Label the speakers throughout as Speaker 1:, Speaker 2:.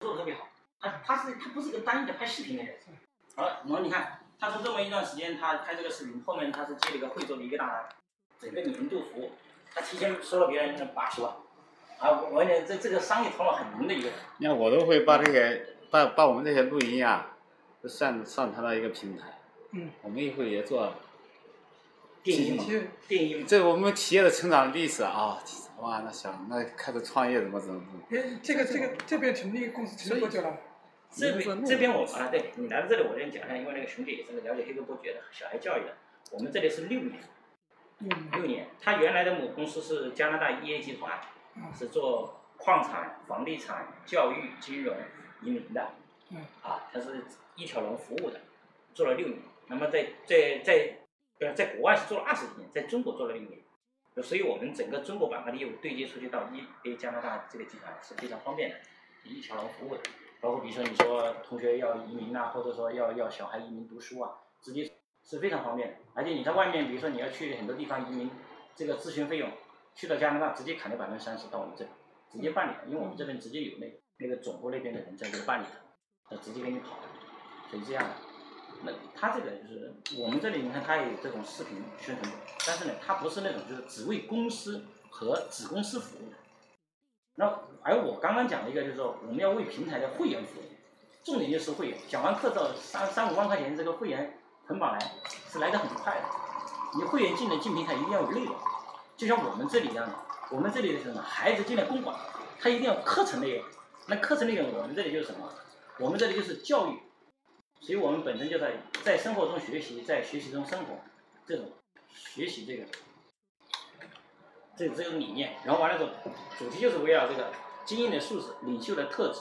Speaker 1: 特别好。他他是他不是一个单一的拍视频的人。好了，然后你看，他从这么一段时间，他拍这个视频，后面他是接了一个惠州的一个大单，整个年度服务，他提前收了别人的八十万。啊，我我跟你讲，这这个商业头脑很灵的一个人。
Speaker 2: 你看我都会把这个把把我们这些录音啊，都上上传到一个平台。
Speaker 3: 嗯。
Speaker 2: 我们一会儿也做
Speaker 1: 电音嘛，
Speaker 3: 其实
Speaker 1: 电音嘛，
Speaker 2: 这我们企业的成长历史啊，哇，那想那开始创业怎么怎么怎么，
Speaker 3: 哎，这个这个这边成立公司成立多久了？
Speaker 1: 这边这边我啊，对你来到这里，我先讲一下，因为那个熊姐也是个了解黑客伯爵的小孩教育的。我们这里是六年，
Speaker 3: 六年
Speaker 1: 六年，他原来的母公司是加拿大 EA 集团，
Speaker 3: 啊，
Speaker 1: 是做矿产、房地产、教育、金融、移民的。
Speaker 3: 嗯。
Speaker 1: 啊，它是一条龙服务的，做了六年。那么在在在呃，在国外是做了二十年，在中国做了六年。所以我们整个中国板块的业务对接出去到 EA 加拿大这个集团是非常方便的，一条龙服务的。包括比如说你说同学要移民呐、或者说要要小孩移民读书啊，直接是非常方便的。而且你在外面，比如说你要去很多地方移民，这个咨询费用去到加拿大直接砍掉百分之三十到我们这里，直接办理的，因为我们这边直接有那那个总部那边的人在这里办理的，他直接给你跑了，所以这样的。那他这个就是我们这里你看他也有这种视频宣传，但是呢，他不是那种就是只为公司和子公司服务的。那而我刚刚讲的一个就是说，我们要为平台的会员服务，重点就是会员。讲完课之后，三三五万块钱这个会员捆绑来是来的很快的。你会员技能进平台一定要有内容，就像我们这里一样的，我们这里的是什么？孩子进来公馆，他一定要课程内容。那课程内容我们这里就是什么？我们这里就是教育，所以我们本身就在在生活中学习，在学习中生活，这种学习这个这这种理念，然后完了之后，主题就是围绕这个精英的素质、领袖的特质、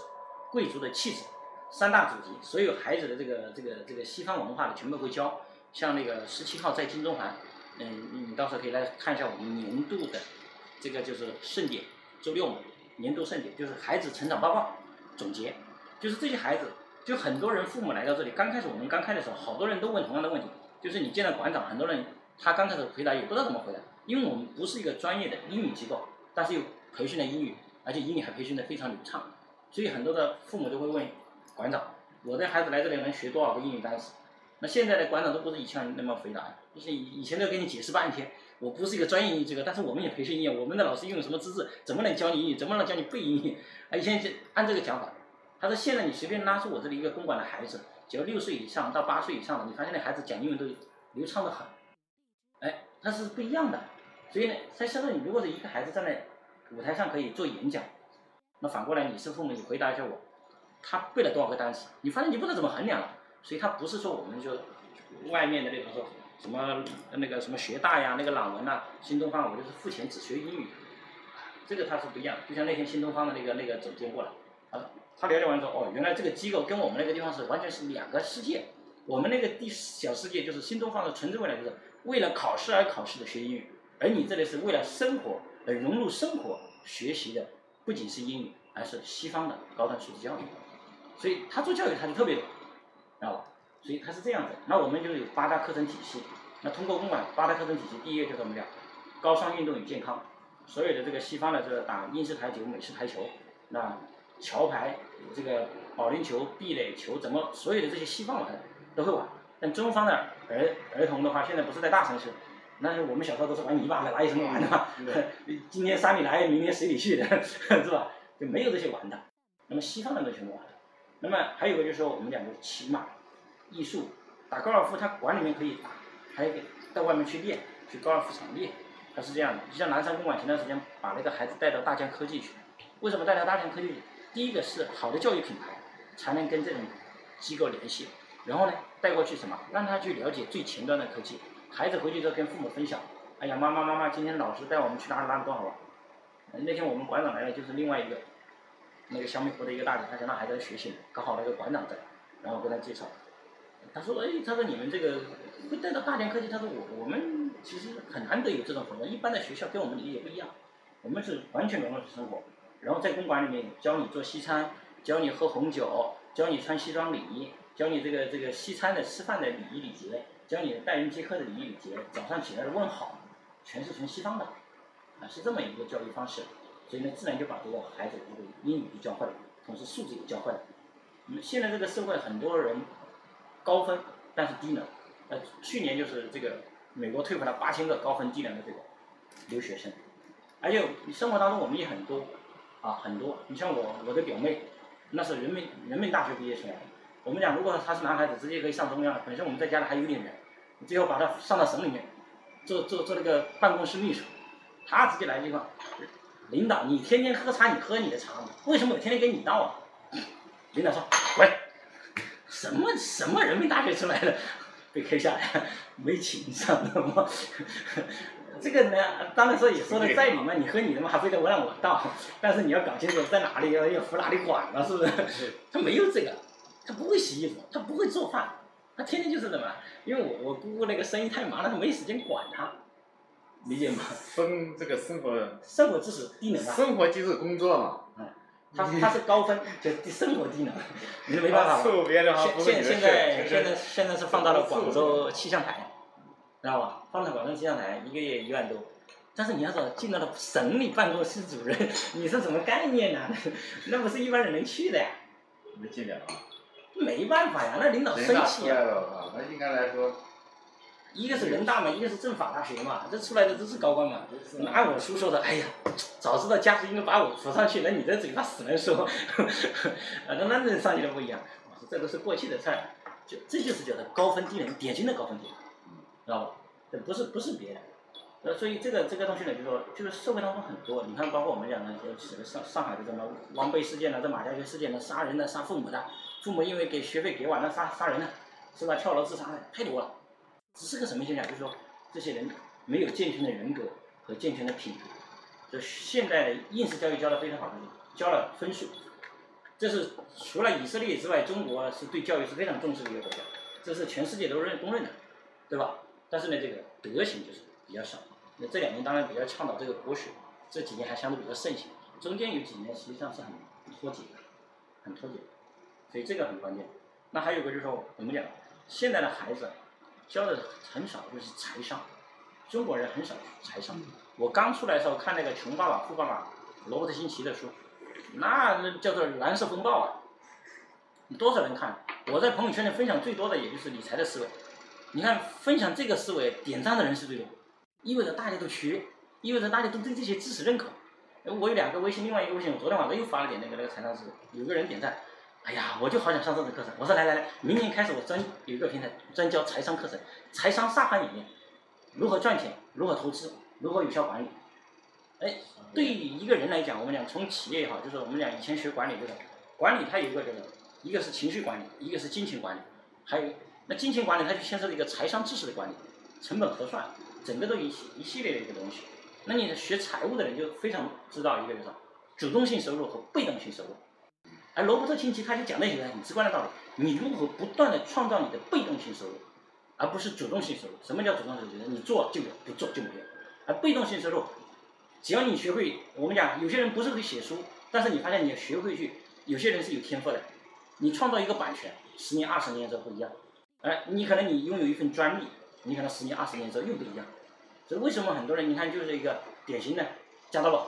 Speaker 1: 贵族的气质三大主题，所有孩子的这个这个这个西方文化的全部会教。像那个十七号在金钟环，嗯，你到时候可以来看一下我们年度的这个就是盛典，周六嘛，年度盛典就是孩子成长报告总结，就是这些孩子，就很多人父母来到这里，刚开始我们刚开的时候，好多人都问同样的问题，就是你见到馆长，很多人他刚开始回答也不知道怎么回答，因为我们不是一个专业的英语机构，但是又培训了英语，而且英语还培训的非常流畅，所以很多的父母就会问馆长，我的孩子来这里能学多少个英语单词？那现在的馆长都不是以前那么回答，就是以以前都给你解释半天。我不是一个专业英语这个，但是我们也培训英啊语，我们的老师用什么资质，怎么能教你英语，怎么能教你背英语？啊，以前就按这个讲法。他说现在你随便拉出我这里一个公馆的孩子，只要六岁以上到八岁以上的，你发现那孩子讲英文都流畅的很，哎，那是不一样的。所以呢，在现在你如果是一个孩子站在舞台上可以做演讲，那反过来你是父母，你回答一下我，他背了多少个单词？你发现你不知道怎么衡量了。所以它不是说我们就外面的那种说什么那个什么学大呀，那个朗文呐、新东方，我就是付钱只学英语，这个它是不一样。就像那天新东方的那个那个总监过来，啊，他了解完之后，哦，原来这个机构跟我们那个地方是完全是两个世界。我们那个地小世界就是新东方的纯正未来，就是为了考试而考试的学英语，而你这里是为了生活而融入生活学习的，不仅是英语，而是西方的高端素质教育。所以他做教育他就特别懂，知道吧？所以他是这样子。那我们就有八大课程体系。那通过公馆八大课程体系，第一个就是我们讲高尚运动与健康，所有的这个西方的这个打英式台球、美式台球，那桥牌、这个保龄球、壁垒球，怎么所有的这些西方玩的都会玩。但中方的儿儿童的话，现在不是在大城市，那我们小时候都是玩泥巴的，哪有什么玩的嘛？ 今天山里来，明天水里去的，是吧？就没有这些玩的。那么西方人都全部玩了。那么还有一个就是说，我们讲的骑马、艺术、打高尔夫，它馆里面可以打，还可以到外面去练，去高尔夫场练，它是这样的。就像南山公馆前段时间把那个孩子带到大疆科技去，为什么带到大疆科技去？第一个是好的教育品牌才能跟这种机构联系，然后呢带过去什么，让他去了解最前端的科技。孩子回去之后跟父母分享，哎呀，妈妈妈妈，今天老师带我们去哪里哪里多好玩。呃那天我们馆长来了，就是另外一个那个小米湖的一个大姐，她想让孩子来学习，刚好那个馆长在，然后我跟他介绍，他说，哎，他说你们这个会带到大连科技，他说我我们其实很难得有这种活动，一般的学校跟我们理解不一样，我们是完全融入生活，然后在公馆里面教你做西餐，教你喝红酒，教你穿西装礼仪，教你这个这个西餐的吃饭的礼仪礼节，教你待人接客的礼仪礼节，早上起来的问好，全是从西方的，啊，是这么一个教育方式，所以呢，自然就把这个孩子这个英语就教会了，同时素质也教会了，嗯现在这个社会很多人高分但是低能，呃，去年就是这个美国退回了八千个高分低能的这个留学生，还有生活当中我们也很多啊很多，你像我我的表妹，那是人民人民大学毕业出来的，我们讲如果她是男孩子直接可以上中央了，本身我们在家里还有点远，最后把她上到省里面做做做那个办公室秘书，她直接来一句话，领导你天天喝茶你喝你的茶嘛，为什么我天天给你倒啊？领导说：“滚！什么什么人民大学出来的，被 K 下来了，没情商的吗？ 这个呢，当然说也说的在理嘛，你喝你的嘛，还非得我让我倒，但是你要搞清楚在哪里要要服哪里管了， 是不是？他没有这个，他不会洗衣服，他不会做饭，他天天就是什么？因为我我姑姑那个生意太忙了，他没时间管他，理解吗？
Speaker 2: 生这个生活
Speaker 1: 生活知识低能啊，
Speaker 2: 生活即是工作嘛，
Speaker 1: 他
Speaker 2: 嗯
Speaker 1: 他是高分，就是低生活低能，你没办法嘛。”
Speaker 2: 啊受别人好
Speaker 1: 现
Speaker 2: 不是
Speaker 1: 现
Speaker 2: 你的
Speaker 1: 现
Speaker 2: 事
Speaker 1: 在
Speaker 2: 儿，
Speaker 1: 现在现在是放到了广州气象台，知道吧？放到广州气象台，一个月一万多。但是你要是进到了省里办公室主任，你是什么概念呢、 那不是一般人能去的呀，
Speaker 2: 没进了啊，
Speaker 1: 没办法呀，那领导
Speaker 2: 人大
Speaker 1: 生
Speaker 2: 出
Speaker 1: 气
Speaker 2: 来
Speaker 1: 呀。
Speaker 2: 了啊，那应该来说，
Speaker 1: 一个是人大嘛，一个是政法大学嘛，这出来的都是高官嘛。拿我叔说的，哎呀，早知道家属应该把我扶上去，那你这嘴巴死能说， 啊，跟那人上去的不一样。我说这都是过去的事儿，就这就是叫做高分低能，典型的高分低能，知道吧？这不是不是别人。呃，所以这个这个东西呢，就是说，就是社会当中很多，你看，包括我们讲的，就是上上海的什么汪贝事件呢，这马加爵事件呢，杀人的，杀父母的，父母因为给学费给晚了，杀杀人了，是吧？跳楼自杀的太多了。只是个什么现象？就是说，这些人没有健全的人格和健全的品格。就现在的应试教育教的非常好的，教了分数。这是除了以色列之外，中国是对教育是非常重视的一个国家，这是全世界都认公认的，对吧？但是呢，这个德行就是比较少。那这两年当然比较倡导这个国学，这几年还相对比较盛行，中间有几年实际上是很脱节的，很脱节的，所以这个很关键。那还有一个就是说，怎么讲？现在的孩子教的很少，就是财商。中国人很少财商。我刚出来的时候看那个《穷爸爸富爸爸》罗伯特清崎的书，那那叫做蓝色风暴啊！多少人看？我在朋友圈里分享最多的也就是理财的思维。你看，分享这个思维点赞的人是最多，意味着大家都学，意味着大家都对这些知识认可。哎我有两个微信，另外一个微信，我昨天晚上又发了点那个那个财商思维，有个人点赞，哎呀，我就好想上这种课程。我说来来来，明年开始我专有一个平台专教财商课程，财商沙盘演练，如何赚钱，如何投资，如何有效管理。哎，对于一个人来讲，我们讲从企业也好，就是我们讲以前学管理就是，管理它有一个就是，一个是情绪管理，一个是金钱管理，还有那金钱管理它就牵涉了一个财商知识的管理，成本核算，整个都一系一系列的一个东西。那你学财务的人就非常知道一个就是主动性收入和被动性收入。而罗伯特清崎他就讲了一个很直观的道理：你如何不断的创造你的被动性收入，而不是主动性收入。什么叫主动性收入？就是你做就有，不做就没有。而被动性收入，只要你学会，我们讲有些人不是会写书，但是你发现你学会去，有些人是有天赋的，你创造一个版权，十年二十年之后不一样。哎，你可能你拥有一份专利，你可能十年二十年之后又不一样。所以为什么很多人你看就是一个典型的家道佬，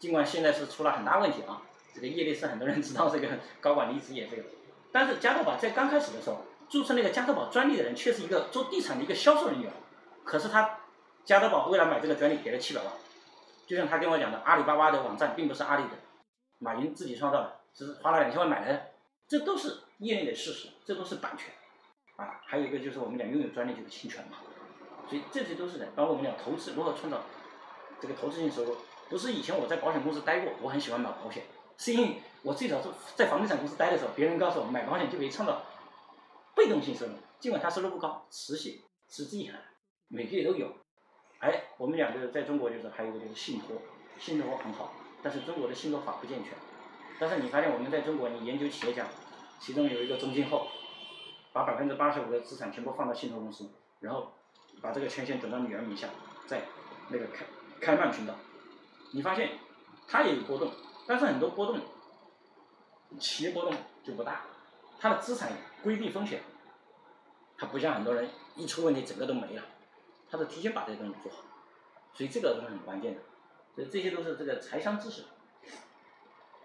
Speaker 1: 尽管现在是出了很大问题啊，这个业内是很多人知道这个 高管离职也这个，但是加多宝在刚开始的时候注册那个加多宝专利的人却是一个做地产的一个销售人员，可是他加多宝为了买这个专利给了七百万，就像他跟我讲的，阿里巴巴的网站并不是阿里的，马云自己创造的，只是花了两千万买来的，这都是业内的事实，这都是版权啊，还有一个就是我们讲拥有专利就是侵权嘛。所以这些都是的，包括我们讲投资如何创造这个投资性收入。不是以前我在保险公司待过，我很喜欢买保险，是因为我最早是在房地产公司待的时候，别人告诉我买保险就可以创造被动性收入，尽管它收入不高，持续持之以恒，每个月都有。哎，我们讲就是在中国就是还有一个就是信托，信托很好，但是中国的信托法不健全。但是你发现我们在中国，你研究企业家，其中有一个中信后，把百分之八十五的资产全部放到信托公司，然后把这个权限转到女儿名下，在那个开开曼群岛，你发现它也有波动，但是很多波动，企业波动就不大，它的资产规避风险，它不像很多人一出问题整个都没了，它是提前把这些东西做好，所以这个都是很关键的，哎所以这些都是这个财商知识。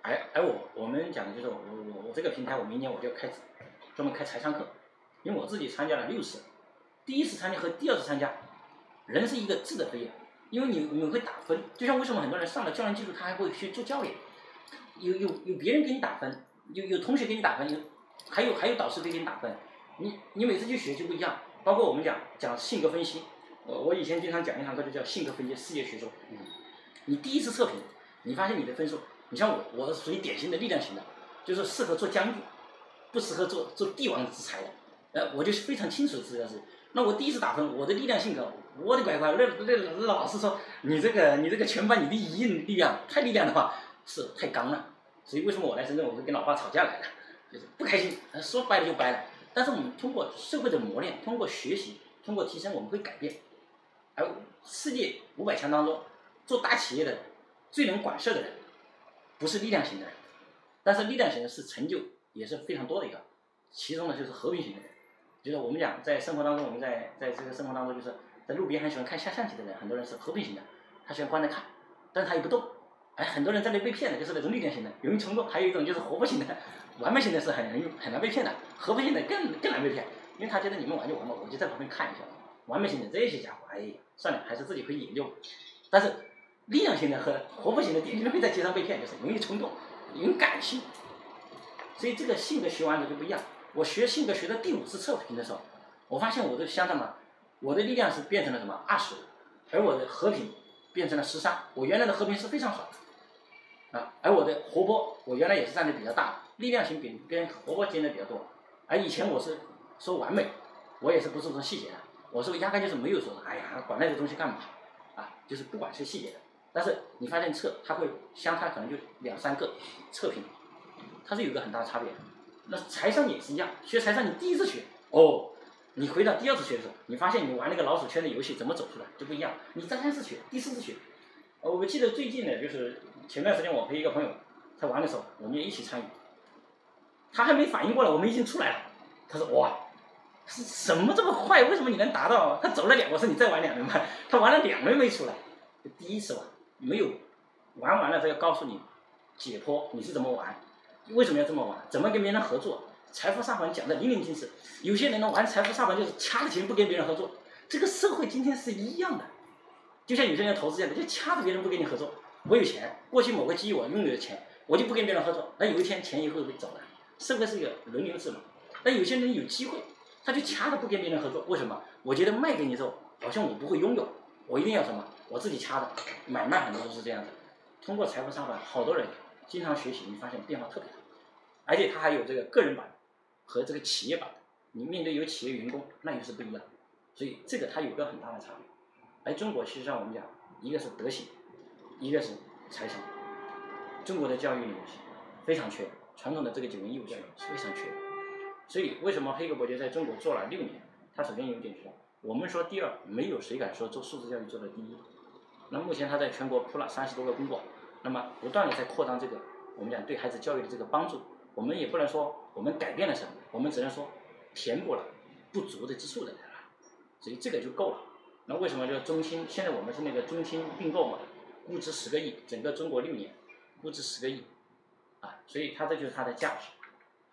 Speaker 1: 而而我我们讲的就是我我我我这个平台，我明年我就开始专门开财商课，因为我自己参加了六次，第一次参加和第二次参加，人是一个质的飞跃，因为你你会打分，就像为什么很多人上了教练技术，他还会去做教练，有有有别人给你打分，有有同学给你打分，有还有还有导师会给你打分，你你每次去学就不一样，包括我们讲讲性格分析，我我以前经常讲一堂课就叫性格分析世界学说，
Speaker 2: 嗯
Speaker 1: 你第一次测评，你发现你的分数，你像我，我是属于典型的力量型的，就是适合做将军，不适合做做帝王之才的。呃，我就是非常清楚知道是，那我第一次打分，我的力量性格，我的乖乖，那那那老师说你这个你这个全班你第一力量太力量的话是太刚了，所以为什么我来深圳我会跟老爸吵架来了，就是不开心，呃说掰了就掰了。但是我们通过社会的磨练，通过学习，通过提升，我们会改变。而世界五百强当中，做大企业的最能管事的人，不是力量型的人，但是力量型的是成就也是非常多的一个，其中呢就是和平型的人，就是我们讲在生活当中，我们在在这个生活当中，就是在路边很喜欢看下象棋的人，很多人是和平型的，他喜欢观着看，但是他也不动。哎，很多人在那被骗的，就是那种力量型的，容易冲动；还有一种就是活泼型的，玩伴型的是很容易很难被骗的，和平型的更更难被骗，因为他觉得你们玩就玩吧，我就在旁边看一下。完美型的这些家伙，哎呀，算了，还是自己会研究。但是力量型的和活泼型的典型的会在街上被骗，就是容易冲动，容易感性。所以这个性格学完了就不一样。我学性格学到第五次测评的时候，我发现我的相当嘛，我的力量是变成了什么二十，而我的和平变成了十三。我原来的和平是非常少的，啊，而我的活泼，我原来也是占的比较大的，力量型比跟活泼兼的比较多。而以前我是说完美，我也是不注重细节的，我是压根就是没有说，哎呀，管那个东西干嘛？啊，就是不管是细节的。但是你发现测，它会相差可能就两三个测评，它是有一个很大的差别的。那财商也是一样，学财商你第一次学，哦，你回到第二次学的时候，你发现你玩那个老鼠圈的游戏怎么走出来就不一样。你第三次学，第四次学，呃我记得最近呢，就是前段时间我陪一个朋友他玩的时候，我们也一起参与，他还没反应过来，我们已经出来了。他说哇，是什么这么快？为什么你能达到？他走了两，我说你再玩两轮吧。他玩了两轮没出来，第一次玩没有玩完了，他要告诉你解剖你是怎么玩，为什么要这么玩，怎么跟别人合作。财富萨满讲的淋漓尽致，有些人呢玩财富萨满就是掐着钱不跟别人合作，这个社会今天是一样的，就像有些人投资一样的，就掐着别人不跟你合作。我有钱，过去某个基于我拥有的钱，我就不跟别人合作，那有一天钱也会走的。社会是一个轮流制嘛，但有些人有机会，他就掐着不跟别人合作，为什么？我觉得卖给你之后，好像我不会拥有，我一定要什么，我自己掐着。买卖很多都是这样的，通过财富萨满，好多人经常学习，你发现变化特别大，而且它还有这个个人版和这个企业版，你面对有企业员工，那又是不一样，所以这个它有个很大的差别。而中国其实上我们讲，一个是德行，一个是财商，中国的教育里面是非常缺，传统的这个九年义务教育是非常缺的。所以为什么黑格伯爵在中国做了六年？他首先有一点就是，我们说第二，没有谁敢说做素质教育做到第一。那目前他在全国铺了三十多个公馆，那么不断的在扩张这个我们讲对孩子教育的这个帮助。我们也不能说我们改变了什么，我们只能说填补了不足的之处的人了，所以这个就够了。那为什么叫中兴？现在我们是那个中兴并购嘛，估值十个亿，整个中国六年估值十个亿，啊，所以它这就是它的价值。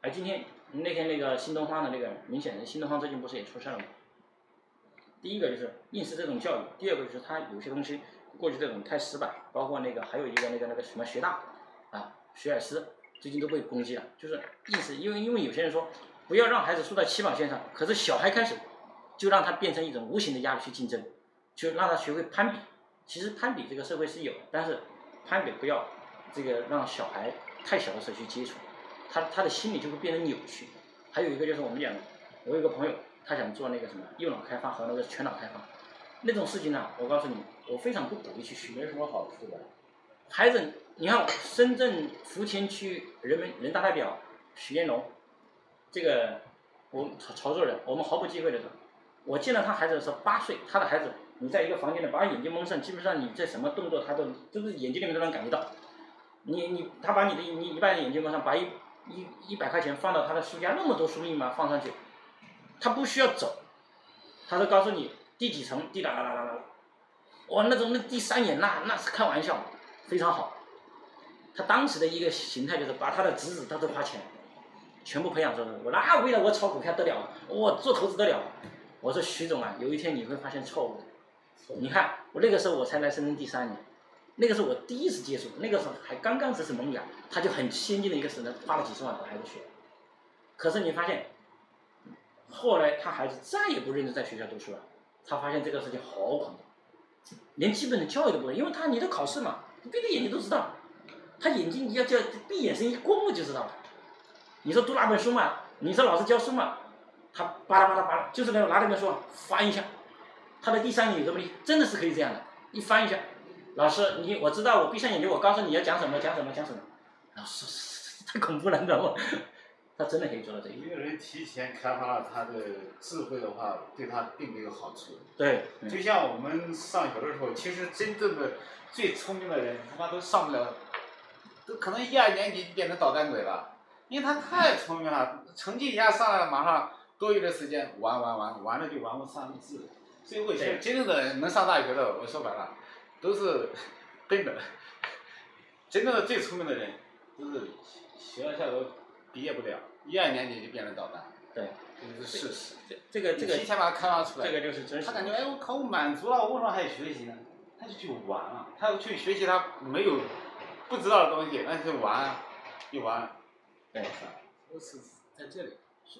Speaker 1: 而今天那天那个新东方的那个明显人，新东方最近不是也出事了吗？第一个就是应试这种教育，第二个就是它有些东西过去这种太死板，包括那个还有一个那个那个什么学大啊，学而思最近都被攻击了，就是意思，因为因为有些人说不要让孩子输在起跑线上，可是小孩开始就让他变成一种无形的压力去竞争，就让他学会攀比。其实攀比这个社会是有的，但是攀比不要这个让小孩太小的时候去接触，他他的心理就会变得扭曲。还有一个就是我们讲的，我有一个朋友，他想做那个什么右脑开发和那个全脑开发，那种事情呢，我告诉你，我非常不鼓励去学。
Speaker 4: 没什么好处的。
Speaker 1: 孩子，你看深圳福田区人民人大代表许彦龙，这个我们潮潮州人，我们毫不忌讳的说，我见到他孩子的时候八岁，他的孩子，你在一个房间里把眼睛蒙上，基本上你这什么动作他都就是眼睛里面都能感觉到。你你他把你的你你把眼睛蒙上，把一一一百块钱放到他的书架，那么多书密码放上去，他不需要走，他就告诉你第几层，第啦啦啦啦啦啦，哇，那种那第三眼那那是开玩笑。非常好。他当时的一个形态就是把他的侄子他都花钱，全部培养出来。我那未来我炒股票得了吗？我做投资得了吗？我说徐总啊，有一天你会发现错误的。你看我那个时候我才来深圳第三年，那个时候我第一次接触，那个时候还刚刚只是萌芽，他就很先进的一个省份花了几十万给孩子学。可是你发现，后来他孩子再也不认真在学校读书了，他发现这个事情好恐怖。连基本的教育都不会，因为他你的考试嘛，你闭着眼睛都知道，他眼睛你要叫闭眼睛一过目就知道了。你说读哪本书嘛？你说老师教书嘛？他巴拉巴拉巴拉，就是那种拿那本书啊翻一下，他的第三眼有这么厉害，真的是可以这样的，一翻一下，老师你我知道我闭上眼睛，我告诉你要讲什么讲什么讲什么， 老师 太恐怖了，你知道吗？他真的可以做到这一
Speaker 2: 一
Speaker 1: 点，
Speaker 2: 个人提前开发了他的智慧的话，对他并没有好处。
Speaker 1: 对，嗯
Speaker 2: 就像我们上学的时候，其实真正的最聪明的人，他妈都上不了，都可能一二年级就变成捣蛋鬼了，因为他太聪明了，成绩一下上来了，马上多余的时间玩玩玩，玩了就玩物丧志。所以我觉得
Speaker 1: 对
Speaker 2: 真正的能上大学的，我说白了，都是笨的。真正的最聪明的人，都是学了下楼毕业不了，一二年级就变成捣蛋，
Speaker 1: 对，
Speaker 2: 这是事实。
Speaker 1: 这这个这个
Speaker 2: 你提前把它开发出来。
Speaker 1: 这个就是真实
Speaker 2: 他
Speaker 1: 的，
Speaker 2: 感觉哎，我靠，我满足了，我为什么还要学习呢？他就去玩了，他去学习他没有不知道的东西，那就玩啊，一玩。
Speaker 1: 对。
Speaker 2: 都是在这里。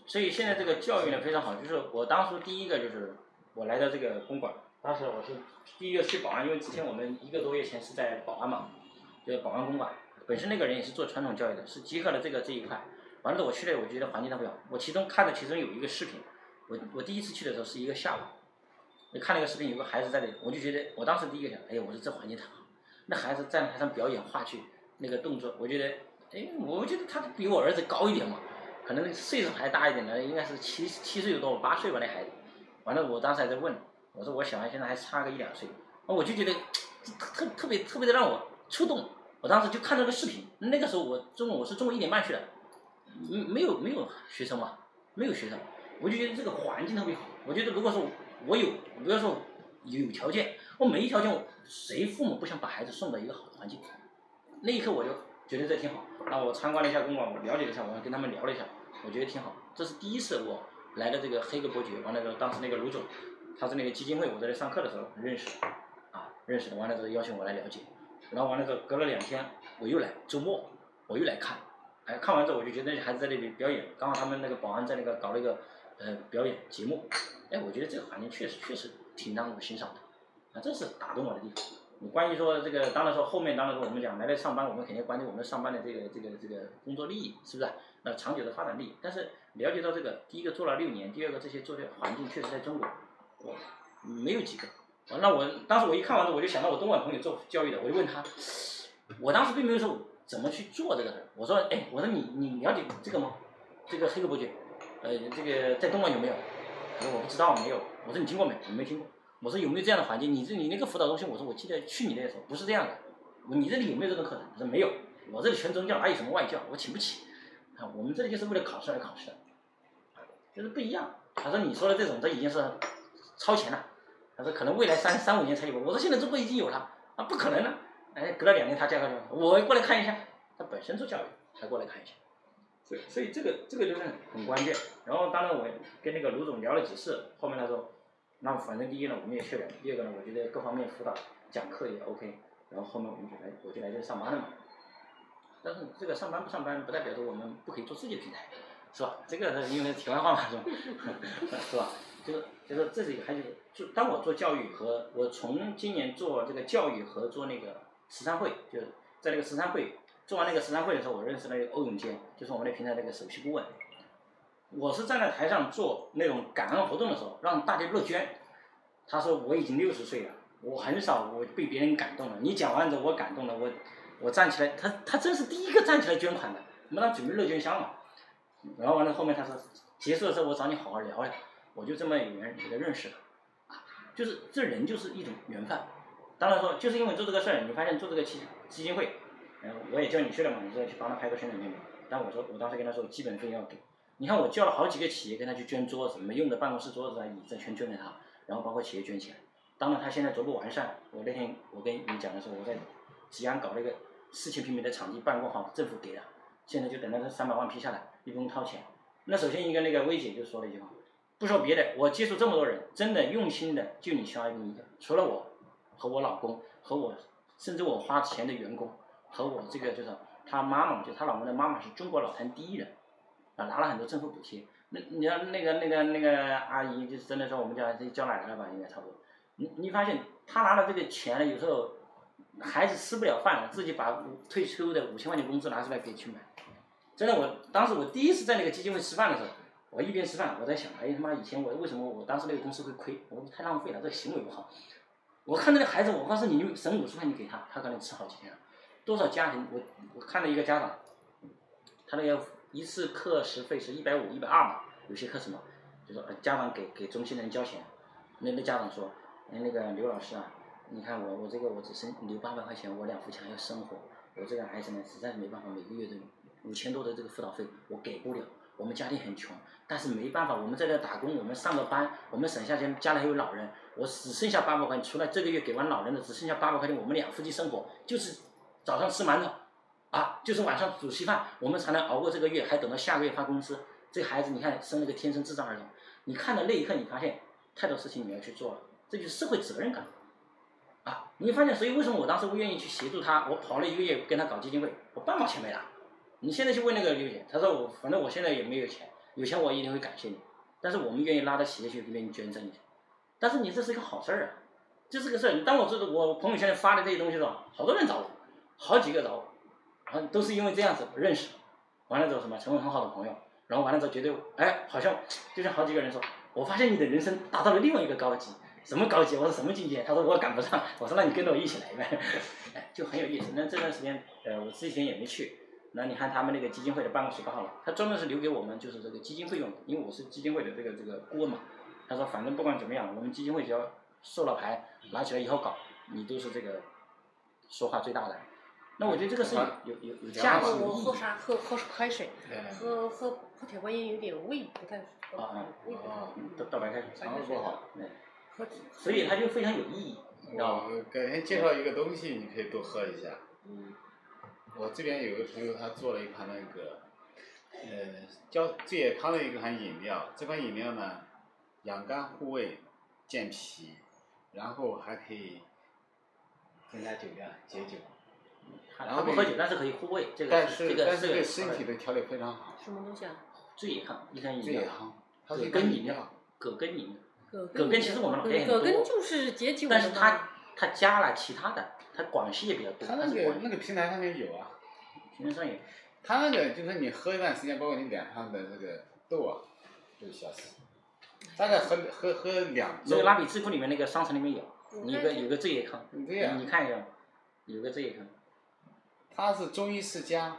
Speaker 1: 所以现在这个教育呢非常好，就是我当初第一个就是我来到这个公馆，当时我是第一个去保安，因为之前我们一个多月前是在保安嘛，就是保安公馆，本身那个人也是做传统教育的，是结合了这个这一块。完了之后我去了，我觉得环境特别好。我其中看了其中有一个视频，我我第一次去的时候是一个下午，我看了一个视频，有个孩子在那里，我就觉得我当时第一个想，哎呀，我说这环境太好，那孩子站台上表演话剧那个动作，我觉得，哎，我觉得他比我儿子高一点嘛。可能岁数还大一点的，应该是七七岁多，八岁吧那孩子。完了，我当时还在问，我说我小孩现在还差个一两岁，我就觉得这特特别特别的让我触动。我当时就看这个视频，那个时候我中午我是中午一点半去的，嗯，没有没有学生嘛，没有学生，我就觉得这个环境特别好。我觉得如果说我有，不要说有条件，我没条件，我谁父母不想把孩子送到一个好的环境？那一刻我就觉得这挺好。然后我参观了一下公馆，我了解了一下，我还跟他们聊了一下，我觉得挺好。这是第一次我来的这个黑格伯爵，完了之后，当时那个卢总，他是那个基金会，我在这上课的时候认识的，啊，认识的。完了之后邀请我来了解，然后完了之后隔了两天我又来，周末我又来看，哎，看完之后我就觉得那孩子在那里表演，刚好他们那个保安在那个搞了一个呃表演节目，哎，我觉得这个环境确实确实挺让我欣赏的。啊，这是打动我的地方。你关于说这个，当然说后面当然说我们讲来了上班，我们肯定关注我们上班的这个这个这个工作利益，是不啊是？那长久的发展利益。但是了解到这个，第一个做了六年，第二个这些做的环境确实在中国，我没有几个。完了，我当时我一看完之后，我就想到我东莞朋友做教育的，我就问他，我当时并没有说怎么去做这个事儿，我说，哎，我说你你了解这个吗？这个黑格伯爵，呃，这个在东莞有没有？他说我不知道，没有。我说你听过没？我没听过。我说有没有这样的环境？你这你那个辅导中心，我说我记得去你那的时候不是这样的。我说你这里有没有这种课程？他说没有，我这里全宗教，哪有什么外教？我请不起。啊，我们这里就是为了考试而考试的，啊就是不一样。他说你说的这种，这已经是超前了。他说可能未来三三五年才有。我说现在中国已经有了，啊，不可能了。哎，隔了两年他加个我过来看一下。他本身做教育，他过来看一下。所以所以这个这个就是很关键。然后当然我跟那个卢总聊了几次，后面他说，那反正第一呢我们也确认，第二个呢我觉得各方面辅导讲课也 OK，然后后面我们就来我就来这上班了嘛。但是这个上班不上班不代表说我们不可以做自己的平台，是吧？这个是因为题外话嘛，是吧？ 是吧？就是就是这里还有就当我做教育和我从今年做这个教育和做那个慈善会，就是在那个慈善会做完那个慈善会的时候，我认识了欧永坚，就是我们的平台那个首席顾问。我是站在台上做那种感恩活动的时候，让大家乐捐。他说我已经六十岁了，我很少我被别人感动了。你讲完之后我感动了，我我站起来，他他真是第一个站起来捐款的。我们当时准备乐捐箱嘛，然后完了后面他说结束的时候我找你好好聊聊，我就这么有缘给他认识了。就是这人就是一种缘分。当然说，就是因为做这个事儿，你发现做这个基基金会，然后我也叫你去了嘛，你说去帮他拍个宣传片嘛。但我说，我当时跟他说，基本费要给。你看我叫了好几个企业跟他去捐桌子，没用的办公室桌子啊、椅子全捐给他，然后包括企业捐钱。当然他现在逐步完善。我那天我跟你讲的时候，我在吉安搞了一个四千平米的场地办公好，政府给的，现在就等到这三百万批下来，你不用掏钱。那首先一个那个薇姐就说了一句话，不说别的，我接触这么多人，真的用心的就你肖一个，除了我和我老公和我，甚至我花钱的员工和我这个就是她妈妈，就她老公的妈妈是中国老坛第一人，啊拿了很多政府补贴。那你要那个那个那个阿姨，就是真的说我们叫叫奶奶了吧，应该差不多。你你发现她拿了这个钱了，有时候孩子吃不了饭了，自己把五退休的五千块钱工资拿出来给去买。真的，我当时我第一次在那个基金会吃饭的时候，我一边吃饭我在想，哎他妈，以前我为什么我当时那个公司会亏？我太浪费了，这个行为不好。我看那个孩子，我告诉你，你省五十块钱给他，他可能吃好几天了。多少家庭，我我看了一个家长，他那个一次课时费是一百五、一百二嘛，有些课程嘛，就说呃家长给给中心人交钱，那那家长说，哎那个刘老师啊，你看我我这个我只剩留八百块钱，我两夫妻还要生活，我这个孩子呢实在是没办法，每个月的五千多的这个辅导费我给不了，我们家庭很穷，但是没办法，我们在这打工，我们上个班，我们省下钱，家里还有老人，我只剩下八百块钱，除了这个月给完老人的，只剩下八百块钱，我们两夫妻生活就是早上吃馒头。啊，就是晚上煮稀饭，我们才能熬过这个月，还等到下个月发工资。这孩子，你看生了个天生智障儿童，你看到那一刻，你发现太多事情你要去做了，这就是社会责任感。啊，你会发现，所以为什么我当时不愿意去协助他？我跑了一个月跟他搞基金会，我半毛钱没拿。你现在去问那个刘姐，她说我反正我现在也没有钱，有钱我一定会感谢你。但是我们愿意拉到企业去给你捐赠一下，但是你这是一个好事儿啊，这是个事儿。当我这我朋友圈里发的这些东西的时候，好多人找我，好几个找我。然后都是因为这样子认识，完了之后什么成为很好的朋友，然后完了之后觉得哎，好像就像好几个人说，我发现你的人生达到了另外一个高级，什么高级？我说什么境界？他说我赶不上，我说那你跟着我一起来呗， 哎，就很有意思。那这段时间呃，我之前也没去，那你看他们那个基金会的办公室刚好了，他专门是留给我们就是这个基金会用的，因为我是基金会的这个这个顾问嘛，他说反正不管怎么样，我们基金会只要受了牌拿起来以后搞，你都是这个说话最大的。那我觉得这个是有有有有价值
Speaker 2: 我
Speaker 1: 有意义
Speaker 4: 我
Speaker 1: 的。
Speaker 4: 喝啥？喝喝开水，
Speaker 2: 对
Speaker 4: 喝喝喝铁观音有点胃不太舒服
Speaker 1: 啊啊，
Speaker 4: 胃不太
Speaker 2: 哦
Speaker 4: 舒
Speaker 1: 倒
Speaker 4: 服
Speaker 1: 倒白开水，啊
Speaker 2: 肠胃不好。
Speaker 1: 对，
Speaker 4: 喝几
Speaker 1: 所以它就非常有意义。嗯
Speaker 2: 我改天介绍一个东西，你可以多喝一下。
Speaker 4: 嗯
Speaker 2: 我这边有个朋友，他做了一款那个，呃，叫醉眼康的一款饮料。这款饮料呢，养肝护胃、健脾，然后还可以增加酒量、解酒，
Speaker 1: 它
Speaker 2: 然
Speaker 1: 它
Speaker 2: 后
Speaker 1: 不喝酒，但是可以护胃，这个
Speaker 2: 但
Speaker 1: 这
Speaker 2: 是
Speaker 1: 个
Speaker 2: 但是
Speaker 1: 这
Speaker 2: 对
Speaker 1: 个呃
Speaker 2: 身体的调理非常好。
Speaker 4: 什么东西啊？
Speaker 1: 醉眼康，一看饮
Speaker 2: 醉
Speaker 1: 料
Speaker 2: 眼，康，它是
Speaker 1: 葛
Speaker 2: 一款
Speaker 1: 根饮
Speaker 2: 饮料
Speaker 1: 料，，葛根饮料，
Speaker 4: 葛
Speaker 1: 葛根其实我们老也很
Speaker 4: 葛
Speaker 1: 多
Speaker 4: 葛根就是解酒的
Speaker 1: 但是它
Speaker 4: 嘛
Speaker 1: 它加了其他的，它广西也比较多，它
Speaker 2: 它那
Speaker 1: 是
Speaker 2: 个
Speaker 1: 广
Speaker 2: 那个平台上面有啊。
Speaker 1: 平原上也
Speaker 2: 它那个就是你喝一段时间，包括你脸上的这个痘啊，都消失。大概喝喝喝两
Speaker 1: 那
Speaker 2: 周
Speaker 1: 个。蜡笔智库里面那个商城里面有，
Speaker 4: 我
Speaker 1: 有个
Speaker 4: 看这
Speaker 1: 有个醉眼康，
Speaker 2: 你这
Speaker 1: 你
Speaker 2: 样
Speaker 1: 你，看一下，有个醉眼康，
Speaker 2: 他是中医世家，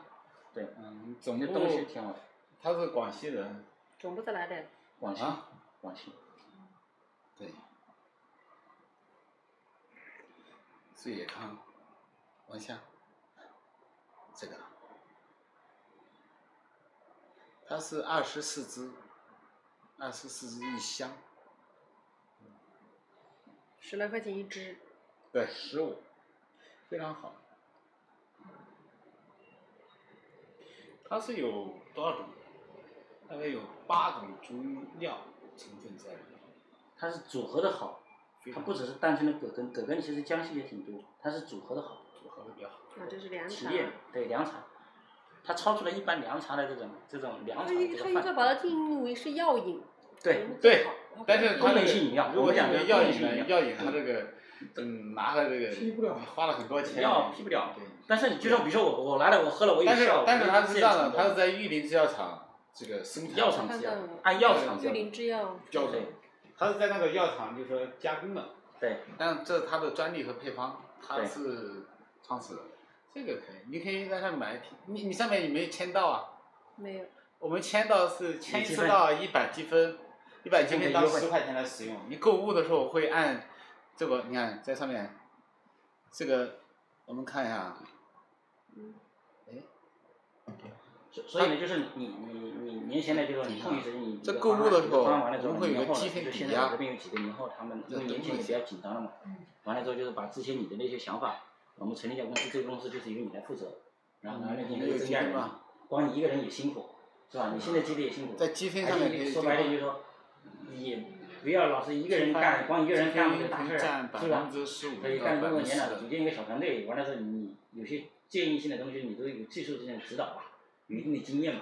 Speaker 1: 对，
Speaker 2: 嗯，总
Speaker 1: 那
Speaker 2: 部
Speaker 1: 东西挺好的，
Speaker 2: 他是广西人
Speaker 4: 总部在哪里？
Speaker 1: 广西
Speaker 2: 啊，
Speaker 1: 广西，
Speaker 2: 对，醉野康，往下，这个，它是二十四支，二十四支一箱，
Speaker 4: 十来块钱一支，
Speaker 2: 对，十五，非常好。它是有多少种？大概有八种中药成分在里面。
Speaker 1: 它是组合的好，
Speaker 2: 非
Speaker 1: 它
Speaker 2: 常
Speaker 1: 不只是单纯的葛根，葛根其实江西也挺多，它是组合的好。
Speaker 2: 组合的比较好。
Speaker 4: 啊，这是凉
Speaker 1: 企
Speaker 4: 茶。
Speaker 1: 业对凉茶，它超出了一般凉茶的这种这种凉
Speaker 4: 他
Speaker 1: 茶这
Speaker 4: 应他应
Speaker 1: 个
Speaker 4: 该
Speaker 1: 范。
Speaker 4: 把它定为是药引。
Speaker 1: 对，
Speaker 2: 对
Speaker 4: 好，
Speaker 2: 但是它
Speaker 1: 功
Speaker 2: 这
Speaker 1: 能
Speaker 2: 个
Speaker 1: 性饮料
Speaker 2: 如果讲
Speaker 1: 我们
Speaker 2: 的
Speaker 1: 讲
Speaker 2: 药
Speaker 1: 的
Speaker 2: 引
Speaker 1: 功能性饮
Speaker 2: 呢，
Speaker 1: 料
Speaker 2: 药引它这个，嗯，拿了这
Speaker 3: 批不
Speaker 2: 个
Speaker 3: 了
Speaker 2: 花了很多钱，
Speaker 1: 药批不了
Speaker 2: 对。
Speaker 1: 但是你就像比如说我我来了我喝了我有
Speaker 2: 但是
Speaker 1: 效，
Speaker 2: 但
Speaker 1: 我
Speaker 2: 是
Speaker 1: 觉
Speaker 2: 它
Speaker 1: 得这
Speaker 2: 是这
Speaker 1: 也
Speaker 2: 样的，
Speaker 1: 挺
Speaker 2: 它
Speaker 1: 多
Speaker 2: 是在玉林制药厂这个生产，
Speaker 1: 药厂
Speaker 4: 看
Speaker 1: 制药
Speaker 4: 到了，
Speaker 1: 按药厂制
Speaker 4: 桂
Speaker 1: 药，
Speaker 4: 林制药。
Speaker 2: 药厂
Speaker 1: 对，
Speaker 2: 它是在那个药厂就是说加工的，
Speaker 1: 对，
Speaker 2: 但这是它的专利和配方，它
Speaker 1: 对
Speaker 2: 是创始人，这个可以，你可以在上面买一瓶，你你上面有没有签到啊？
Speaker 4: 没有，
Speaker 2: 我们签到是签一
Speaker 1: 积
Speaker 2: 次
Speaker 1: 分
Speaker 2: 到一百积分，一百积
Speaker 1: 积分可以
Speaker 2: 分当
Speaker 1: 优惠
Speaker 2: 十块钱来使用。你购物的时候会按这个，你看在上面，这个我们看一下啊，
Speaker 4: 嗯
Speaker 1: 所所以呢就是你你你你年前呢就是你
Speaker 2: 嗯
Speaker 1: 空余时间你
Speaker 2: 这
Speaker 1: 这个
Speaker 2: 购
Speaker 1: 方
Speaker 2: 物
Speaker 1: 案这
Speaker 2: 的时
Speaker 1: 个
Speaker 2: 候
Speaker 1: 方案完了之
Speaker 2: 我
Speaker 1: 后
Speaker 2: 们会有
Speaker 1: 年
Speaker 2: 个
Speaker 1: 后呢
Speaker 2: 积分
Speaker 1: 就
Speaker 2: 抵
Speaker 1: 现
Speaker 2: 押
Speaker 1: 在我这边有几个年后他们因为年前也比较紧张了嘛，
Speaker 4: 嗯
Speaker 1: 完了之后就是把之前你的那些想法，我们成立一家公司，这个公司就是由你来负责，然后呢你还
Speaker 2: 嗯有
Speaker 1: 增加
Speaker 2: 积
Speaker 1: 人
Speaker 2: 分，吗？
Speaker 1: 光你一个人也辛苦，是吧？你现在接的也辛苦，
Speaker 2: 在积分
Speaker 1: 而
Speaker 2: 上
Speaker 1: 且
Speaker 2: 面可以
Speaker 1: 你说白了
Speaker 2: 这
Speaker 1: 就
Speaker 2: 个
Speaker 1: 是说，也不要老是一个人
Speaker 2: 积分
Speaker 1: 干，光一个人干这个大事
Speaker 2: 积分占
Speaker 1: 儿，
Speaker 2: 百
Speaker 1: 是吧
Speaker 2: 分？之十五
Speaker 1: 所以干
Speaker 2: 到百
Speaker 1: 这么多
Speaker 2: 分之
Speaker 1: 年
Speaker 2: 十
Speaker 1: 了，组建一个小团队，完了之后你有些建议性的东西，你都有技术性的指导吧，有一定的经验嘛，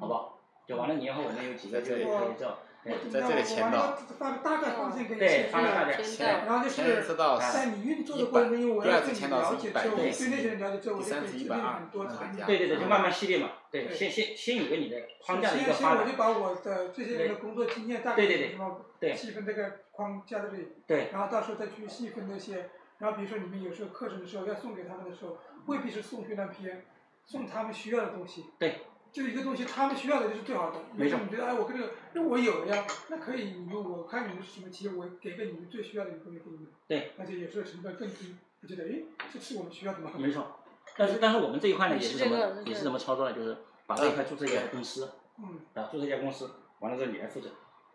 Speaker 1: 好不好？就完了，年后我们有几个就可以照，对
Speaker 2: 哎在这里签到，
Speaker 3: 发大概方向可以
Speaker 1: 对，
Speaker 3: 签
Speaker 1: 发大点，
Speaker 4: 签
Speaker 1: 对
Speaker 4: 到
Speaker 3: 然后就是
Speaker 2: 签一次到
Speaker 3: 在你运作的过程中，因为我
Speaker 2: 第二
Speaker 3: 要
Speaker 2: 次
Speaker 3: 对你
Speaker 2: 签到
Speaker 3: 了
Speaker 2: 是
Speaker 3: 解
Speaker 2: 一
Speaker 3: 之
Speaker 2: 百
Speaker 3: 后，我
Speaker 1: 对
Speaker 3: 对那些人了解之后，我
Speaker 2: 第
Speaker 3: 就
Speaker 2: 三
Speaker 3: 可
Speaker 2: 次
Speaker 3: 以
Speaker 2: 一
Speaker 3: 制
Speaker 2: 百
Speaker 3: 定
Speaker 2: 二嗯
Speaker 3: 很多产品。
Speaker 1: 对对对，就慢慢系列嘛，对，
Speaker 3: 对
Speaker 1: 先先先有个你的框
Speaker 3: 首
Speaker 1: 架的一
Speaker 3: 先，
Speaker 1: 个
Speaker 3: 先
Speaker 1: 发
Speaker 3: 我
Speaker 1: 展
Speaker 3: 就，把我的这些人的工作经验大概
Speaker 1: 对对对
Speaker 3: 是什么
Speaker 1: 对
Speaker 3: 细分这个框架这里，
Speaker 1: 对
Speaker 3: 然后到时候再去细分这些。然后比如说你们有时候课程的时候要送给他们的时候，未必是送阅览篇，送他们需要的东西。
Speaker 1: 对。
Speaker 3: 就是一个东西，他们需要的就是最好的。
Speaker 1: 没错
Speaker 3: 你觉得哎，我跟这个，那我有了呀，那可以，你们我看你们是什么题，我给个你们最需要的一个东西给你们。
Speaker 1: 对。
Speaker 3: 而且有时候成本更低，我觉得哎，这是我们需要的嘛。
Speaker 1: 没错。但是但是我们这一块呢，也
Speaker 4: 也
Speaker 1: 是
Speaker 4: 是
Speaker 1: 怎
Speaker 4: 这
Speaker 1: 么
Speaker 4: 个
Speaker 1: 也是怎么操作呢？就是把这一块注册一家
Speaker 2: 对
Speaker 1: 公司，
Speaker 3: 嗯，
Speaker 1: 啊，注册一家公司，完了之后你来负责，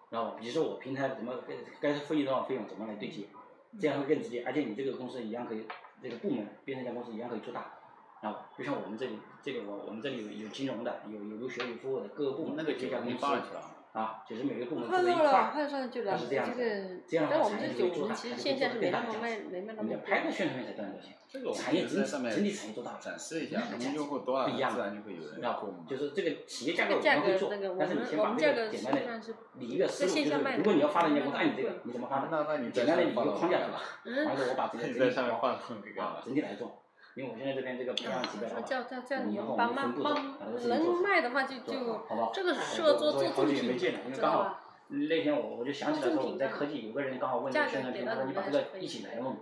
Speaker 1: 然后比如说我平台怎么该该付你多少费用，怎么来对接，
Speaker 4: 嗯
Speaker 1: 这样会更直接，而且你这个公司一样可以，这个部门变成一家公司一样可以做大，啊，就像我们这里这个我我们这里有有金融的，有有留学有服务的各个部门
Speaker 2: 那个
Speaker 1: 就
Speaker 2: 就
Speaker 1: 一家
Speaker 2: 容易
Speaker 1: 公司
Speaker 2: 放上去了。
Speaker 1: 啊，就是每个部门负
Speaker 4: 换
Speaker 1: 责一
Speaker 4: 到
Speaker 1: 块
Speaker 4: 了，
Speaker 1: 儿，
Speaker 4: 换上去
Speaker 1: 它
Speaker 4: 了，
Speaker 1: 是这样的，这
Speaker 4: 这
Speaker 1: 样
Speaker 4: 个，
Speaker 1: 的
Speaker 4: 但
Speaker 1: 话
Speaker 4: 我
Speaker 1: 才
Speaker 4: 们
Speaker 1: 能
Speaker 4: 这
Speaker 1: 够
Speaker 4: 酒，
Speaker 1: 做
Speaker 4: 我
Speaker 1: 大，
Speaker 4: 们
Speaker 1: 才
Speaker 4: 其
Speaker 1: 能够
Speaker 4: 实线下
Speaker 1: 做
Speaker 4: 是
Speaker 1: 得
Speaker 4: 没
Speaker 1: 更大
Speaker 4: 办
Speaker 1: 的
Speaker 4: 法
Speaker 1: 价
Speaker 4: 卖，
Speaker 1: 值。
Speaker 4: 没办法
Speaker 1: 你的
Speaker 4: 卖出
Speaker 1: 拍
Speaker 4: 来
Speaker 1: 的。宣传片才赚得钱，
Speaker 2: 这个我
Speaker 1: 产业
Speaker 2: 们
Speaker 1: 集
Speaker 2: 在上
Speaker 1: 体整体
Speaker 2: 面
Speaker 1: 产业做大了。
Speaker 2: 展示一下，我们用户多了，
Speaker 1: 不一样
Speaker 2: 自然就会有人
Speaker 1: 那
Speaker 2: 购买。
Speaker 1: 啊就是这个企业价格
Speaker 4: 这
Speaker 1: 我
Speaker 4: 个价
Speaker 1: 们
Speaker 4: 格
Speaker 1: 会做
Speaker 4: 那个，我
Speaker 1: 但是你
Speaker 4: 们
Speaker 1: 先
Speaker 4: 我
Speaker 1: 把
Speaker 4: 们
Speaker 1: 这
Speaker 4: 价
Speaker 1: 个
Speaker 4: 格
Speaker 1: 简
Speaker 4: 实
Speaker 1: 单
Speaker 4: 际上
Speaker 1: 的
Speaker 4: 是
Speaker 1: 你一个思路，
Speaker 4: 在
Speaker 1: 就
Speaker 4: 线下
Speaker 1: 是
Speaker 4: 卖的
Speaker 1: 如
Speaker 4: 嗯
Speaker 1: 果你要发人家公司，
Speaker 4: 卖
Speaker 1: 按你
Speaker 4: 得
Speaker 1: 这个
Speaker 4: 贵
Speaker 1: 你怎么发呢？
Speaker 2: 那那你在
Speaker 1: 简单
Speaker 2: 上
Speaker 1: 的一
Speaker 2: 面
Speaker 1: 个
Speaker 2: 画
Speaker 1: 框架
Speaker 2: 了，
Speaker 1: 完了
Speaker 4: 嗯，
Speaker 1: 之后我把这个
Speaker 2: 你
Speaker 1: 整
Speaker 2: 在
Speaker 1: 体
Speaker 2: 上面
Speaker 1: 包
Speaker 2: 画了给
Speaker 1: 啊
Speaker 2: 了。
Speaker 1: 整体来做，因为我现在这边这个漂亮几个老
Speaker 4: 啊叫
Speaker 1: 板，
Speaker 4: 叫叫
Speaker 1: 嗯
Speaker 4: 你
Speaker 1: 然后我
Speaker 4: 把
Speaker 1: 们
Speaker 4: 卖
Speaker 1: 分步骤把这个
Speaker 4: 帮
Speaker 1: 事情做
Speaker 4: 能
Speaker 1: 好
Speaker 4: 卖的话就
Speaker 1: 做
Speaker 4: 就
Speaker 1: 好不好？
Speaker 4: 这个
Speaker 1: 哎
Speaker 4: 适
Speaker 1: 我
Speaker 4: 合做
Speaker 1: 我
Speaker 4: 做
Speaker 1: 好
Speaker 4: 赠
Speaker 1: 久没
Speaker 4: 品，
Speaker 1: 见了，因为
Speaker 4: 知
Speaker 1: 刚
Speaker 4: 道
Speaker 1: 好
Speaker 4: 吧？
Speaker 1: 那天我我就想起来说我们在科技有个人刚好问这个宣传片，他说你把这个一起来弄，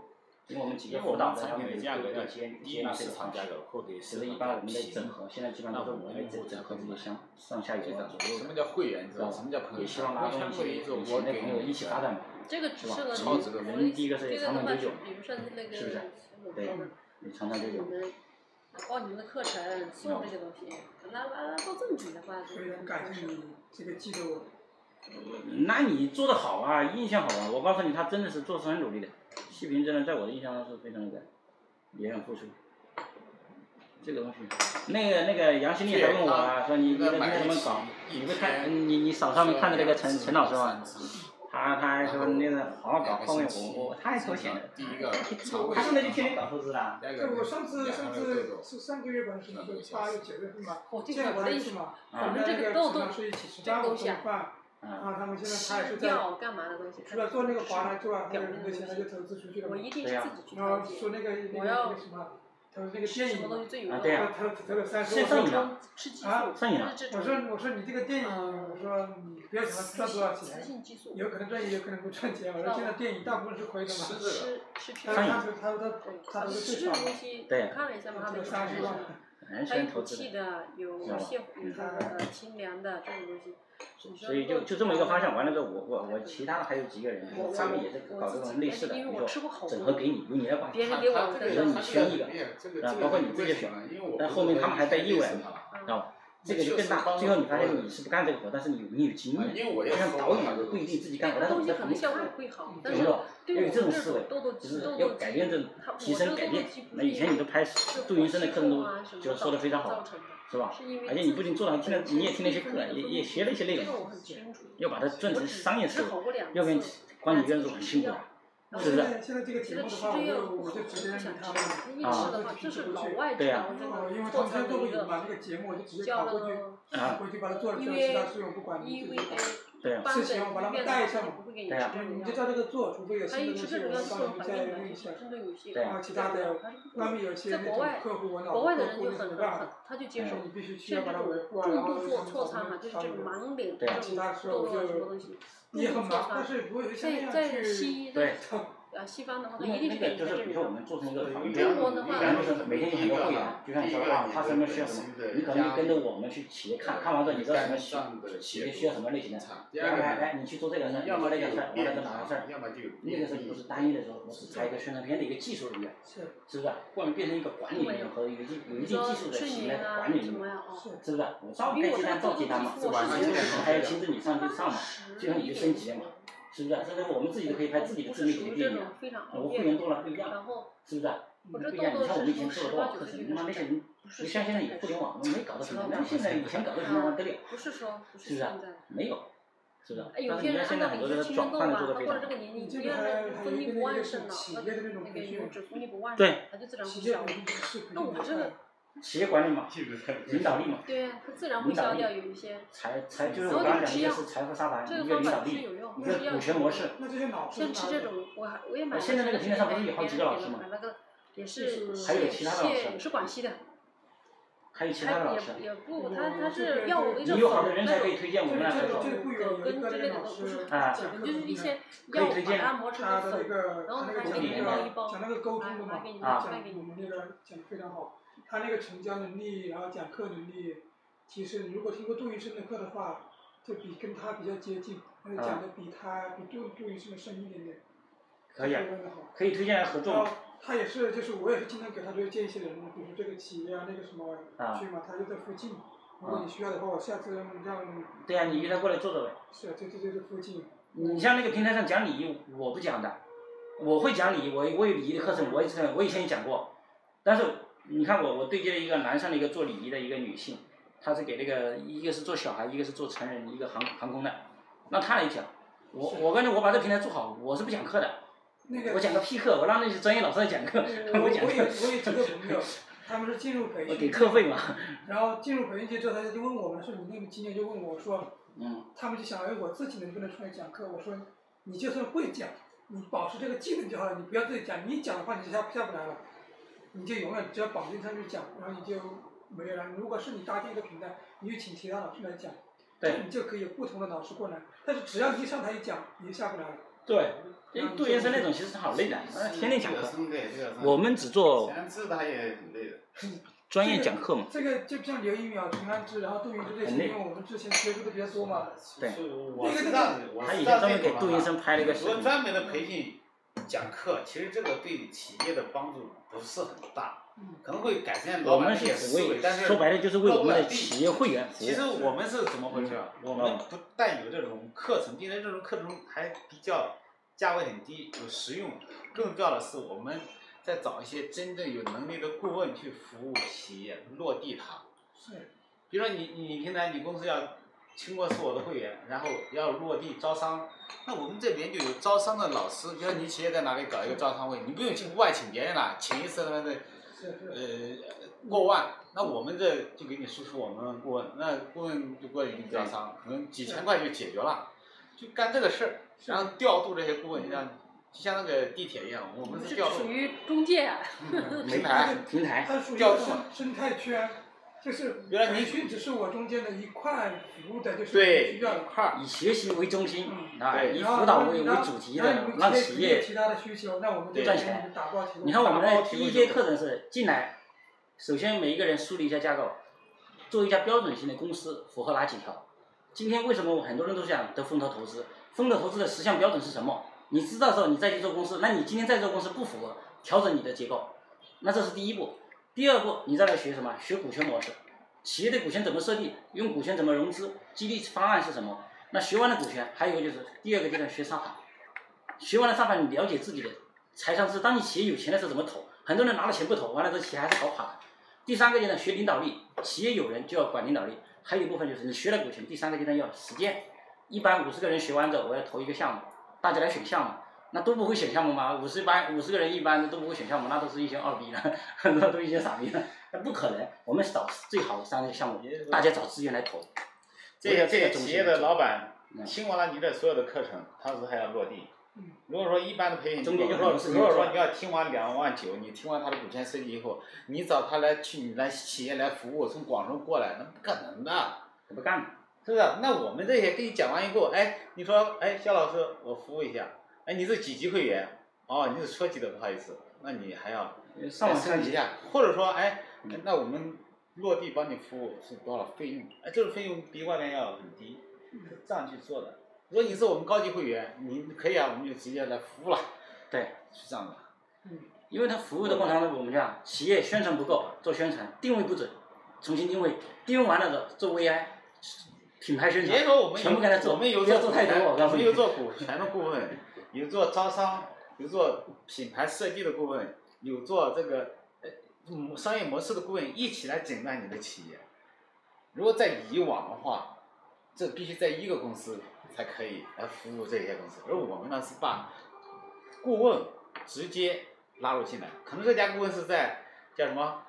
Speaker 1: 因为我们几个辅导的，然后
Speaker 2: 产品的价格要
Speaker 1: 对接
Speaker 2: 低
Speaker 1: 接纳
Speaker 2: 于
Speaker 1: 这
Speaker 2: 市
Speaker 1: 个
Speaker 2: 场
Speaker 1: 场
Speaker 2: 价
Speaker 1: 景。
Speaker 2: 格，或者
Speaker 1: 其
Speaker 2: 是
Speaker 1: 实一般我们在整合，现在基本上都是我们来整整合这些相上下游的合作。
Speaker 2: 什么叫会员制
Speaker 1: 知道？吧
Speaker 2: 什么叫朋友
Speaker 1: 也
Speaker 2: 圈
Speaker 1: 希？望拉
Speaker 2: 朋
Speaker 1: 动
Speaker 2: 友圈
Speaker 1: 一
Speaker 2: 会员
Speaker 1: 些
Speaker 2: 制，
Speaker 1: 有
Speaker 2: 我
Speaker 1: 钱的
Speaker 2: 给
Speaker 1: 朋友一起发展嘛，
Speaker 4: 这个适
Speaker 1: 是吧
Speaker 4: 合
Speaker 1: 超
Speaker 4: 你
Speaker 2: 值的
Speaker 1: 人第一个是
Speaker 4: 这
Speaker 1: 长
Speaker 4: 的
Speaker 1: 长
Speaker 4: 话
Speaker 1: 久久
Speaker 4: 是比如说那个
Speaker 1: 是不是
Speaker 4: 我
Speaker 1: 对
Speaker 4: 说的
Speaker 1: 你长长久
Speaker 4: 你
Speaker 1: 久。
Speaker 4: 们哦包你们的课程送这个东西，那那做赠品的话，
Speaker 3: 非常感谢你这个记得我。
Speaker 1: 那你做的好啊，印象好啊，我告诉你，他真的是做事很努力的，细评真的在我的印象中是非常那个，也很付出。这个东西，那个那个杨新丽还问我啊，说你你在跟他们搞，你不看你你嫂上面看的那个陈陈老师吗？他他还说那个好好搞，后面我我他还投钱的，
Speaker 2: 第一个常
Speaker 1: 他现在就天天搞投资了。
Speaker 2: 第二
Speaker 3: 对，
Speaker 2: 个
Speaker 3: 我上次上次
Speaker 2: 是
Speaker 3: 是上个月吧，是那个八月九月份吧，
Speaker 4: 我这
Speaker 3: 见过
Speaker 4: 个
Speaker 3: 他
Speaker 4: 的
Speaker 3: 一
Speaker 4: 意
Speaker 3: 次
Speaker 4: 思，
Speaker 3: 嘛，
Speaker 1: 啊
Speaker 3: 我们那个经常是一起吃饭，我做饭，然
Speaker 1: 啊，
Speaker 3: 后他们现在他也是
Speaker 4: 吃
Speaker 3: 在
Speaker 4: 药干嘛的东西，
Speaker 3: 除了做那个华莱之外，还有很多钱他就投资出去了
Speaker 4: 我
Speaker 3: 嘛，
Speaker 4: 一定
Speaker 1: 啊
Speaker 4: 是自己去
Speaker 3: 然
Speaker 4: 了
Speaker 3: 后
Speaker 4: 解
Speaker 3: 说那个那个那个什么，投那个电
Speaker 4: 什
Speaker 3: 影
Speaker 4: 么东
Speaker 3: 嘛，
Speaker 4: 西最有用。
Speaker 1: 啊对啊
Speaker 3: 投投投了三十
Speaker 1: 是上瘾
Speaker 3: 万。
Speaker 1: 了，
Speaker 4: 吃激素，
Speaker 3: 啊
Speaker 1: 上瘾了
Speaker 4: 就是这
Speaker 3: 我
Speaker 4: 种
Speaker 3: 说我说你这个电影，
Speaker 4: 嗯
Speaker 3: 我说你不要想
Speaker 4: 雌
Speaker 3: 赚多少
Speaker 4: 性雌
Speaker 3: 钱，
Speaker 4: 性激素，
Speaker 3: 有可能赚钱，有可能不赚钱。我说现在电影大部分是亏的嘛，
Speaker 2: 吃这个，
Speaker 4: 吃吃片
Speaker 3: 但
Speaker 1: 上
Speaker 3: 是
Speaker 1: 瘾
Speaker 3: 他他他他都是
Speaker 4: 吃
Speaker 3: 最
Speaker 4: 这
Speaker 3: 少的
Speaker 4: 种东，西，
Speaker 1: 对
Speaker 4: 看了一下嘛，他
Speaker 3: 投了
Speaker 4: 们就
Speaker 3: 三
Speaker 4: 是
Speaker 3: 十万。
Speaker 1: 很喜
Speaker 4: 还
Speaker 1: 欢
Speaker 4: 有
Speaker 1: 投
Speaker 4: 补
Speaker 1: 资
Speaker 4: 气
Speaker 1: 的。
Speaker 4: 的，有
Speaker 1: 是吧
Speaker 4: 泻
Speaker 1: 嗯
Speaker 4: 呃清凉的这种东西。你说
Speaker 1: 所以就
Speaker 4: 肉
Speaker 1: 就这么一个方向，完了之后，我我我其他的还有几个人
Speaker 4: 我，
Speaker 1: 他们也是搞这种类似的，比
Speaker 4: 因为
Speaker 1: 如
Speaker 4: 我
Speaker 1: 说
Speaker 4: 吃过好
Speaker 1: 整合
Speaker 4: 多，
Speaker 1: 给你，由你来管。
Speaker 4: 别人
Speaker 2: 他
Speaker 4: 给我
Speaker 2: 他
Speaker 4: 的
Speaker 2: 这
Speaker 1: 人
Speaker 2: 个
Speaker 1: 你
Speaker 2: 他
Speaker 1: 选
Speaker 2: 这
Speaker 1: 一
Speaker 2: 个
Speaker 1: 个
Speaker 2: 行业，这个
Speaker 1: 啊
Speaker 2: 这个
Speaker 1: 包括
Speaker 2: 是
Speaker 1: 你自
Speaker 2: 为
Speaker 1: 己
Speaker 2: 什
Speaker 1: 选
Speaker 2: 么？因为我
Speaker 1: 但
Speaker 2: 不
Speaker 1: 后面
Speaker 2: 是
Speaker 1: 他们还带
Speaker 2: 为
Speaker 1: 意外
Speaker 2: 什
Speaker 1: 嘛
Speaker 2: 么
Speaker 1: 知道吧？这个就更大。最后你发现你是不干这个活，但是你有你有经
Speaker 2: 啊
Speaker 1: 验，
Speaker 2: 因为我也
Speaker 1: 就像
Speaker 2: 搜
Speaker 1: 导
Speaker 2: 了他这
Speaker 1: 演
Speaker 2: 个
Speaker 1: 不一定自己干活，
Speaker 4: 那
Speaker 1: 但是
Speaker 4: 东
Speaker 1: 我
Speaker 4: 西
Speaker 1: 在旁边
Speaker 4: 可能效果
Speaker 1: 看，
Speaker 4: 会好，
Speaker 1: 有
Speaker 4: 但
Speaker 1: 没
Speaker 4: 是
Speaker 1: 有？
Speaker 4: 对
Speaker 1: 要有
Speaker 4: 我
Speaker 1: 这种
Speaker 4: 们
Speaker 1: 思
Speaker 4: 这
Speaker 1: 维
Speaker 4: 种痘痘
Speaker 1: 就
Speaker 4: 肌、
Speaker 1: 是
Speaker 4: 痘
Speaker 1: 要
Speaker 4: 痘
Speaker 1: 改变这
Speaker 4: 肌
Speaker 1: 种，提升改变。那以前你都拍录音生的课程都
Speaker 4: 啊
Speaker 1: 就是说的非常好，是吧？
Speaker 4: 是因为
Speaker 1: 而且你不仅做了，
Speaker 4: 自
Speaker 1: 听
Speaker 4: 己
Speaker 1: 了你也听了一些课，也也学了一些内
Speaker 4: 这个我
Speaker 1: 容，
Speaker 4: 很清楚，
Speaker 1: 要把它转成商业思
Speaker 4: 只
Speaker 1: 维，
Speaker 4: 好过两
Speaker 1: 要不然
Speaker 4: 次，
Speaker 1: 光你一个人做很辛苦啊的。
Speaker 4: 然后
Speaker 1: 是不
Speaker 3: 现
Speaker 1: 是
Speaker 3: 在现在这个
Speaker 4: 觉
Speaker 3: 节
Speaker 4: 得
Speaker 3: 目的
Speaker 4: 吃
Speaker 3: 话，我
Speaker 4: 这药
Speaker 3: 就我就直接
Speaker 4: 不
Speaker 3: 让
Speaker 4: 想
Speaker 3: 他
Speaker 4: 吃
Speaker 3: 们，啊
Speaker 4: 一吃的话就是老外知
Speaker 1: 啊
Speaker 4: 道这
Speaker 3: 哦，因
Speaker 4: 个
Speaker 3: 为
Speaker 4: 做
Speaker 3: 他们
Speaker 4: 成
Speaker 3: 现在做过瘾
Speaker 4: 的一
Speaker 3: 嘛，那
Speaker 4: 个
Speaker 3: 个节目我就直接
Speaker 4: 叫
Speaker 3: 跑过去，
Speaker 4: 嗯
Speaker 1: 啊，
Speaker 3: 回去把它做了，
Speaker 4: 因
Speaker 3: 做了，
Speaker 4: 为
Speaker 3: 其他事情我不管，你自己去搞
Speaker 4: EVA
Speaker 1: 对啊，
Speaker 4: 版本里面的话，不会给你吃这
Speaker 3: 嗯你
Speaker 4: 种
Speaker 3: 就
Speaker 4: 药。
Speaker 3: 照这个做，除非有
Speaker 4: 他
Speaker 3: 新
Speaker 4: 一
Speaker 3: 的东
Speaker 4: 吃
Speaker 3: 西，
Speaker 4: 这
Speaker 3: 我到时候再
Speaker 4: 种药是有反应的，
Speaker 3: 弄一
Speaker 4: 有
Speaker 3: 下
Speaker 4: 些。真的有些，
Speaker 1: 对
Speaker 3: 然后其他的
Speaker 4: 还是不
Speaker 3: 外
Speaker 4: 会
Speaker 3: 面有些
Speaker 4: 在
Speaker 3: 那
Speaker 4: 国
Speaker 3: 种
Speaker 4: 外
Speaker 3: 客户，我脑
Speaker 4: 国外
Speaker 3: 子
Speaker 4: 的
Speaker 3: 客
Speaker 4: 人
Speaker 3: 户
Speaker 4: 就
Speaker 3: 那怎么
Speaker 4: 很很
Speaker 3: 办
Speaker 4: 很
Speaker 3: 啊，
Speaker 4: 他就接受
Speaker 1: 嗯。
Speaker 3: 你必须去
Speaker 4: 像
Speaker 3: 要
Speaker 4: 这
Speaker 3: 把它维护
Speaker 4: 种
Speaker 3: 啊，
Speaker 4: 重
Speaker 3: 然后
Speaker 4: 度做错餐嘛，就是这种盲点这
Speaker 1: 对
Speaker 4: 种痘痘啊什么东西，重
Speaker 3: 你也
Speaker 4: 度
Speaker 3: 很
Speaker 4: 错
Speaker 3: 忙，但
Speaker 4: 餐。
Speaker 3: 是不会像那
Speaker 4: 在
Speaker 3: 样
Speaker 4: 在
Speaker 3: 去。
Speaker 4: 西医
Speaker 1: 对
Speaker 4: 呃西方的话，他
Speaker 1: 因为
Speaker 4: 一定
Speaker 1: 那
Speaker 4: 是给
Speaker 1: 个
Speaker 4: 你
Speaker 1: 就是，
Speaker 4: 在这
Speaker 1: 比
Speaker 4: 里
Speaker 1: 如说我
Speaker 4: 的。
Speaker 1: 们做成一个团队，
Speaker 4: 中国的话
Speaker 1: 然后就是每天有很多会员，就像你说的啊，他什么需要什么，你可能跟着我们去企业看，看完之后你知道什么需企业需要什么类型的，
Speaker 2: 第
Speaker 1: 然
Speaker 2: 二
Speaker 1: 后
Speaker 2: 个
Speaker 1: 来
Speaker 2: 呢，
Speaker 1: 来你去做这个事儿，你
Speaker 2: 要
Speaker 1: 做
Speaker 2: 么
Speaker 1: 那
Speaker 2: 就
Speaker 1: 个
Speaker 2: 有
Speaker 1: 事儿，完了
Speaker 2: 变
Speaker 1: 再哪个事儿，
Speaker 2: 要么就有
Speaker 1: 那个时候不是单一的时候，我只拍一个宣传片的一个技术人员，
Speaker 3: 是
Speaker 1: 是不是？或者变成一个管理人员和有一定有一
Speaker 4: 你
Speaker 1: 定技
Speaker 4: 说
Speaker 1: 术的
Speaker 4: 睡
Speaker 1: 企业
Speaker 4: 眠啊
Speaker 1: 管理
Speaker 4: 什
Speaker 1: 人
Speaker 4: 么
Speaker 1: 员，
Speaker 4: 呀？哦，
Speaker 3: 是
Speaker 1: 是不是？啊我照该接单照接单嘛，
Speaker 2: 晚上
Speaker 1: 这
Speaker 2: 就
Speaker 1: 个
Speaker 2: 是
Speaker 1: 还要亲自你上去上嘛，就像你去升级嘛，是不是？这是我们自己都可以拍自己的自媒体的电影啊，
Speaker 4: 非常
Speaker 1: 我会员多了不一样。
Speaker 4: 然后
Speaker 1: 是不是？啊
Speaker 4: 我
Speaker 1: 不
Speaker 4: 这
Speaker 1: 一
Speaker 4: 痘
Speaker 1: 样，你
Speaker 4: 痘
Speaker 1: 像我们以前
Speaker 4: 是
Speaker 1: 做
Speaker 4: 从
Speaker 1: 了多少
Speaker 4: 十八九
Speaker 1: 课
Speaker 4: 岁
Speaker 1: 程，
Speaker 4: 就
Speaker 1: 他妈那
Speaker 4: 开
Speaker 1: 些
Speaker 4: 始，
Speaker 1: 人
Speaker 4: 不是
Speaker 1: 就像现在有互联网，没搞到什么，那现在以前搞到什么得了，
Speaker 4: 不是说不
Speaker 1: 是不
Speaker 4: 是
Speaker 1: 是啊
Speaker 4: 现在。
Speaker 1: 没有，是不是？
Speaker 4: 哎，有
Speaker 1: 但是
Speaker 4: 些
Speaker 1: 你
Speaker 4: 人
Speaker 1: 看
Speaker 4: 按
Speaker 1: 现在很多
Speaker 4: 照你
Speaker 1: 人
Speaker 4: 是青
Speaker 1: 转
Speaker 4: 春痘
Speaker 1: 换的
Speaker 4: 吧，
Speaker 1: 做
Speaker 4: 他
Speaker 1: 的非
Speaker 4: 过了这
Speaker 1: 常。
Speaker 4: 个年龄，
Speaker 3: 这
Speaker 4: 你
Speaker 3: 个
Speaker 4: 让
Speaker 3: 还
Speaker 4: 人
Speaker 3: 还有
Speaker 4: 分
Speaker 3: 一
Speaker 4: 泌
Speaker 3: 个
Speaker 4: 不
Speaker 3: 那
Speaker 4: 旺
Speaker 3: 个是
Speaker 4: 盛了，
Speaker 3: 企
Speaker 4: 那
Speaker 3: 业的那种
Speaker 4: 那个
Speaker 3: 培
Speaker 4: 油
Speaker 3: 训，
Speaker 4: 脂分泌不旺盛
Speaker 1: 对，
Speaker 4: 它就自然会
Speaker 3: 企业
Speaker 4: 消
Speaker 3: 的那
Speaker 4: 掉
Speaker 3: 种。是培训
Speaker 4: 那我
Speaker 3: 的
Speaker 4: 这个
Speaker 1: 企业管理嘛，
Speaker 2: 记不得
Speaker 1: 领导力嘛，
Speaker 4: 对，它自然会消掉有一些。
Speaker 1: 财财就是
Speaker 4: 所
Speaker 1: 我
Speaker 4: 有
Speaker 1: 刚
Speaker 4: 都
Speaker 1: 刚讲
Speaker 4: 是吃
Speaker 1: 一个
Speaker 4: 药
Speaker 1: 是财富沙盘，
Speaker 4: 这
Speaker 1: 一
Speaker 4: 个
Speaker 1: 个领
Speaker 4: 方法
Speaker 1: 导
Speaker 4: 其实
Speaker 1: 力，
Speaker 4: 有用，
Speaker 1: 一
Speaker 4: 吃药
Speaker 1: 个股权模式。
Speaker 3: 那这些脑是
Speaker 4: 像吃这种，我还我也买了。
Speaker 1: 现在那个平台上不是有好几个老师吗
Speaker 4: 买了个也
Speaker 3: 就是是还有
Speaker 1: 其他的老师
Speaker 4: 是广西的，
Speaker 1: 还有其他的老师
Speaker 4: 也，也不，他
Speaker 3: 嗯对
Speaker 4: 他是
Speaker 3: 对
Speaker 4: 药
Speaker 3: 对
Speaker 4: 物为
Speaker 1: 你
Speaker 4: 政
Speaker 1: 有
Speaker 4: 府
Speaker 1: 好的人才
Speaker 4: 那
Speaker 1: 可
Speaker 4: 种
Speaker 1: 以推荐我们来合
Speaker 3: 这
Speaker 1: 作
Speaker 3: 种。
Speaker 4: 葛根之类的都不是
Speaker 1: 啊
Speaker 4: 葛根，就是一些
Speaker 1: 可以
Speaker 4: 药物
Speaker 1: 推
Speaker 4: 把
Speaker 1: 荐
Speaker 4: 它磨成
Speaker 3: 他
Speaker 4: 的
Speaker 3: 的那
Speaker 4: 粉。
Speaker 3: 个
Speaker 4: 然后
Speaker 3: 他那
Speaker 4: 还
Speaker 3: 个
Speaker 1: 给你包
Speaker 4: 一包
Speaker 3: 讲那个沟通的
Speaker 4: 啊
Speaker 3: 嘛
Speaker 4: 卖给，你
Speaker 1: 啊
Speaker 3: 讲
Speaker 4: 卖给你
Speaker 3: 我们那个讲的非常好，他那个成交能力，然后讲课能力提升。如果听过杜医生的课的话，就比跟他比较接近，而且讲的比他比杜杜医生的深一点点，
Speaker 1: 嗯可以啊
Speaker 3: 非常的好。
Speaker 1: 可以推荐来合作
Speaker 3: 然
Speaker 1: 吗
Speaker 3: 后？他也是，就是我也是经常给他推荐一些人，比如说这个企业啊，那个什么
Speaker 1: 啊
Speaker 3: 去嘛，他就在附近。如果你需要的话，我下次让
Speaker 1: 对呀、你约他过来坐坐呗。
Speaker 3: 是啊，对对对，这附近。
Speaker 1: 你像那个平台上讲礼仪，我不讲的，我会讲礼仪，我我有礼仪的课程，我以前我以前也讲过，但是你看我我对接了一个南山的一个做礼仪的一个女性，她是给那个一个是做小孩，一个是做成人，一个航航空的，那她来讲，我
Speaker 3: 是
Speaker 1: 我感觉我把这平台做好，我是不讲课的，
Speaker 3: 那个
Speaker 1: 我讲个屁课，我让那些专业老师来讲课，
Speaker 3: 我我
Speaker 1: 讲
Speaker 3: 有
Speaker 1: 课，
Speaker 3: 我有几个朋 友，他们是进入培
Speaker 1: 我
Speaker 3: 训，
Speaker 1: 给课费嘛，
Speaker 3: 然后进入培训界之后，他就问我们说：“你那个今年就问我说，
Speaker 1: 嗯，
Speaker 3: 他们就想哎，我自己能不能出来讲课？”我说：“你就算会讲，你保持这个技能就好了，你不要自己讲，你一讲的话你就下下不来了，你就永远只要绑定上去讲，然后你就没有了。如果是你搭建一个平台，你就请其他老师来讲，
Speaker 1: 对
Speaker 3: 你就可以有不同的老师过来。但是只要一上台一讲，你就下不来了。
Speaker 1: 对，因为杜先生那种其实他好累的，哎天天讲课，我们只做
Speaker 2: 前置他也很累的，
Speaker 1: 专业讲课嘛，
Speaker 3: 这个就像刘一淼、陈安之，然后杜云之这
Speaker 1: 很
Speaker 3: 些，
Speaker 1: 累
Speaker 3: 因为我们之前接触的比较多嘛。
Speaker 1: 对
Speaker 2: 所以我是这样的，我
Speaker 1: 他以
Speaker 2: 是
Speaker 1: 前
Speaker 2: 这样
Speaker 1: 专门
Speaker 2: 的
Speaker 1: 给杜医生拍了一个视
Speaker 2: 说
Speaker 1: 频。
Speaker 2: 专门的培训讲课，其实这个对企业的帮助不是很大，
Speaker 3: 嗯
Speaker 2: 可能会改善
Speaker 1: 我
Speaker 2: 老板
Speaker 1: 们
Speaker 2: 的一些
Speaker 1: 是
Speaker 2: 思
Speaker 1: 只
Speaker 2: 维，
Speaker 1: 为
Speaker 2: 但是
Speaker 1: 说白了就是为我们
Speaker 2: 落
Speaker 1: 的
Speaker 2: 地
Speaker 1: 企业会员服务。
Speaker 2: 其实我们是怎么回事啊？我们
Speaker 1: 嗯
Speaker 2: 不但有这种课程，并且这种课程还比较价位很低，有实用。更重要的是，我们在找一些真正有能力的顾问去服务企业，落地它。
Speaker 3: 是，
Speaker 2: 比如说你你你平台你公司要经过是我的会员，然后要落地招商，那我们这边就有招商的老师。比如说你企业在哪里搞一个招商会，你不用去外请别人了，请一次他妈的
Speaker 3: 是是。
Speaker 2: 呃，过万，那我们这就给你输出我们顾问，那顾问就过去给你招商，可能几千块就解决了，就干这个事儿，然后调度这些顾问，让就像那个地铁一样，我
Speaker 4: 我
Speaker 2: 们
Speaker 4: 们
Speaker 2: 是
Speaker 4: 是
Speaker 2: 调度
Speaker 4: 属于中介啊，
Speaker 2: 平台。
Speaker 1: 平台，
Speaker 3: 它属于
Speaker 2: 调
Speaker 3: 生
Speaker 2: 动
Speaker 3: 生态圈，就是
Speaker 2: 原来您
Speaker 3: 培训只是我中间的一块服务的，就是
Speaker 2: 对，
Speaker 3: 需要的
Speaker 2: 一。块儿，
Speaker 1: 以学习为中心
Speaker 3: 嗯
Speaker 1: 啊，
Speaker 2: 对
Speaker 1: 以
Speaker 3: 然后
Speaker 1: 辅导为
Speaker 3: 然
Speaker 1: 为
Speaker 3: 后
Speaker 1: 主题
Speaker 3: 然后
Speaker 1: 的
Speaker 3: 你，们
Speaker 1: 让
Speaker 3: 可以
Speaker 1: 企
Speaker 3: 匹配
Speaker 1: 业
Speaker 3: 其他的需求，那我们就
Speaker 1: 赚
Speaker 3: 给你
Speaker 1: 钱
Speaker 3: 们打包提供。
Speaker 1: 你看我们
Speaker 2: 打包
Speaker 1: 的
Speaker 2: 提
Speaker 1: 第
Speaker 2: 供
Speaker 1: 一节课程是进来，首先每一个人梳理一下架构，做一家标准型的公司符合哪几条？今天为什么很多人都想得风投投资？风投投资的十项标准是什么？你知道之后，你再去做公司，那你今天再做公司不符合，调整你的结构，那这是第一步。第二步，你再来学什么？学股权模式，企业的股权怎么设计，用股权怎么融资，激励方案是什么？那学完了股权，还有一个就是第二个阶段学沙盘，学完了沙盘，你了解自己的财商是当你企业有钱的时候怎么投，很多人拿了钱不投，完了之后企业还是搞垮的。第三个阶段学领导力，企业有人就要管领导力，还有一部分就是你学了股权，第三个阶段要实践。一般五十个人学完之后，我要投一个项目，大家来选项目，那都不会选项目吗？五十班五十个人一般都不会选项目，那都是一些二逼了，很多都一些傻逼了，那不可能。我们找最好的三个项目，大家找资源来投。
Speaker 2: 这个
Speaker 1: 我
Speaker 2: 这
Speaker 1: 也是
Speaker 2: 个
Speaker 1: 中
Speaker 2: 企
Speaker 1: 心
Speaker 2: 业的老板
Speaker 1: 嗯
Speaker 2: 听完了你的所有的课程，他是还要落地
Speaker 3: 嗯。
Speaker 2: 如果说一般的培训，
Speaker 1: 中间有
Speaker 2: 如
Speaker 1: 很多
Speaker 2: 果
Speaker 1: 事
Speaker 2: 说
Speaker 1: 情
Speaker 2: 如果
Speaker 1: 要
Speaker 2: 说
Speaker 1: 做
Speaker 2: 你要听完两万九，你听完他的股权设计以后，你找他来去你来企业来服务，从广州过来，那不可能的。
Speaker 1: 我不干了，
Speaker 2: 是不是？那我们这些跟你讲完以后，哎，你说，哎，肖老师，我服务一下，哎，你是几级会员？哦，你是初级的，不好意思，那你还要
Speaker 1: 上网
Speaker 2: 再升
Speaker 1: 看
Speaker 2: 级
Speaker 1: 哎一嗯
Speaker 2: 一下，或者说，哎，那我们落地帮你服务是多少费用？哎，这个费用比外面要很低，
Speaker 1: 嗯
Speaker 2: 这样去做的。如果你是我们高级会员，你可以啊，我们就直接来服务了，
Speaker 1: 对。
Speaker 2: 是这样的。
Speaker 1: 因为它服务的过程当中，我们讲企业宣传不够，做宣传定位不准，重新定位，定位完了之后做 VI，品牌宣
Speaker 2: 别
Speaker 1: 传，
Speaker 2: 说我们
Speaker 1: 全部给他
Speaker 2: 有，
Speaker 1: 做
Speaker 2: 我们有
Speaker 1: 不要
Speaker 2: 做
Speaker 1: 做太多我告诉你
Speaker 2: 们有做股权的顾 问，有做招商，有做品牌设计的顾问，有做这个呃嗯商业模式的顾问一起来诊断你的企业。如果在以往的话，这必须在一个公司才可以来服务这些公司，而我们呢是把顾问直接拉入进来，可能这家顾问是在叫什么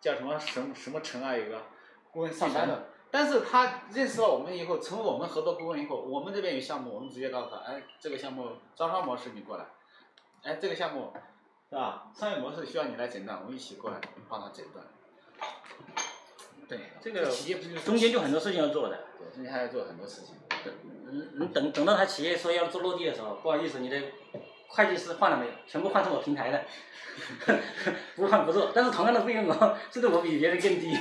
Speaker 2: 叫什么什么什么城啊有个顾问上班的。但是他认识到我们以后，成为我们合作顾问以后，我们这边有项目，我们直接告诉他，哎，这个项目招商模式你过来，哎，这个项目是吧？商业模式需要你来诊断，我们一起过来帮他诊断。
Speaker 1: 对，这
Speaker 2: 这
Speaker 1: 个
Speaker 2: 企业不就是
Speaker 1: 中间就很多事情要做的。
Speaker 2: 对，中间还要做很 多事情。
Speaker 1: 嗯，你等等到他企业说要做落地的时候，不好意思，你的会计师换了没有？全部换成我平台的， 不换不做。但是同样的费用哦，甚至我比别人更低，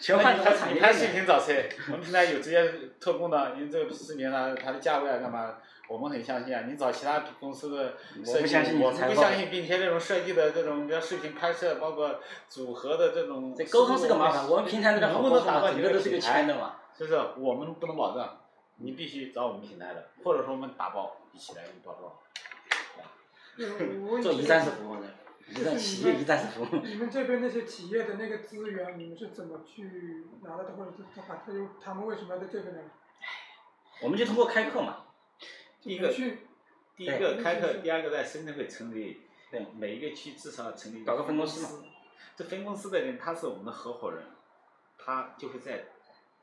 Speaker 1: 全换成我产
Speaker 2: 你
Speaker 1: 业
Speaker 2: 看
Speaker 1: 链
Speaker 2: 视
Speaker 1: 的。
Speaker 2: 频找谁？我们平台有直接特供的，您这个视频啊，它的价位啊，干嘛？我们很相信啊。你找其他公司的
Speaker 1: 我
Speaker 2: 设
Speaker 1: 不
Speaker 2: 计，
Speaker 1: 相信你
Speaker 2: 我
Speaker 1: 的
Speaker 2: 们
Speaker 1: 财
Speaker 2: 不
Speaker 1: 报
Speaker 2: 相。信，并且这种设计的这种，比如视频拍摄，包括组合的这种，
Speaker 1: 这沟通是个麻烦，我们平台这个好
Speaker 2: 能不
Speaker 1: 沟
Speaker 2: 能
Speaker 1: 通
Speaker 2: 打
Speaker 1: 嘛，
Speaker 2: 败
Speaker 1: 整
Speaker 2: 你
Speaker 1: 个
Speaker 2: 的
Speaker 1: 都是一个
Speaker 2: 品牌
Speaker 1: 圈的嘛。
Speaker 2: 就是我们不能保证，你必须找我们平台的，或者说我们打包一起来给你包装。
Speaker 3: 我问
Speaker 1: 做一
Speaker 3: 你
Speaker 1: 站式服务的，一站企业一站式服务。
Speaker 3: 你们这边那些企业的那个资源，你们是怎么去拿到的，或者是他把他又他们为什么要在这边呢？
Speaker 1: 我们就通过开课嘛，
Speaker 3: 就
Speaker 2: 第一个
Speaker 3: 培训
Speaker 2: 第一个
Speaker 3: 对
Speaker 2: 开课，第二个在深圳会成立，
Speaker 1: 对，
Speaker 2: 每一个区至少要成立一
Speaker 1: 搞个分公司嘛
Speaker 2: 司。这分公司的人他是我们的合伙人，他就会在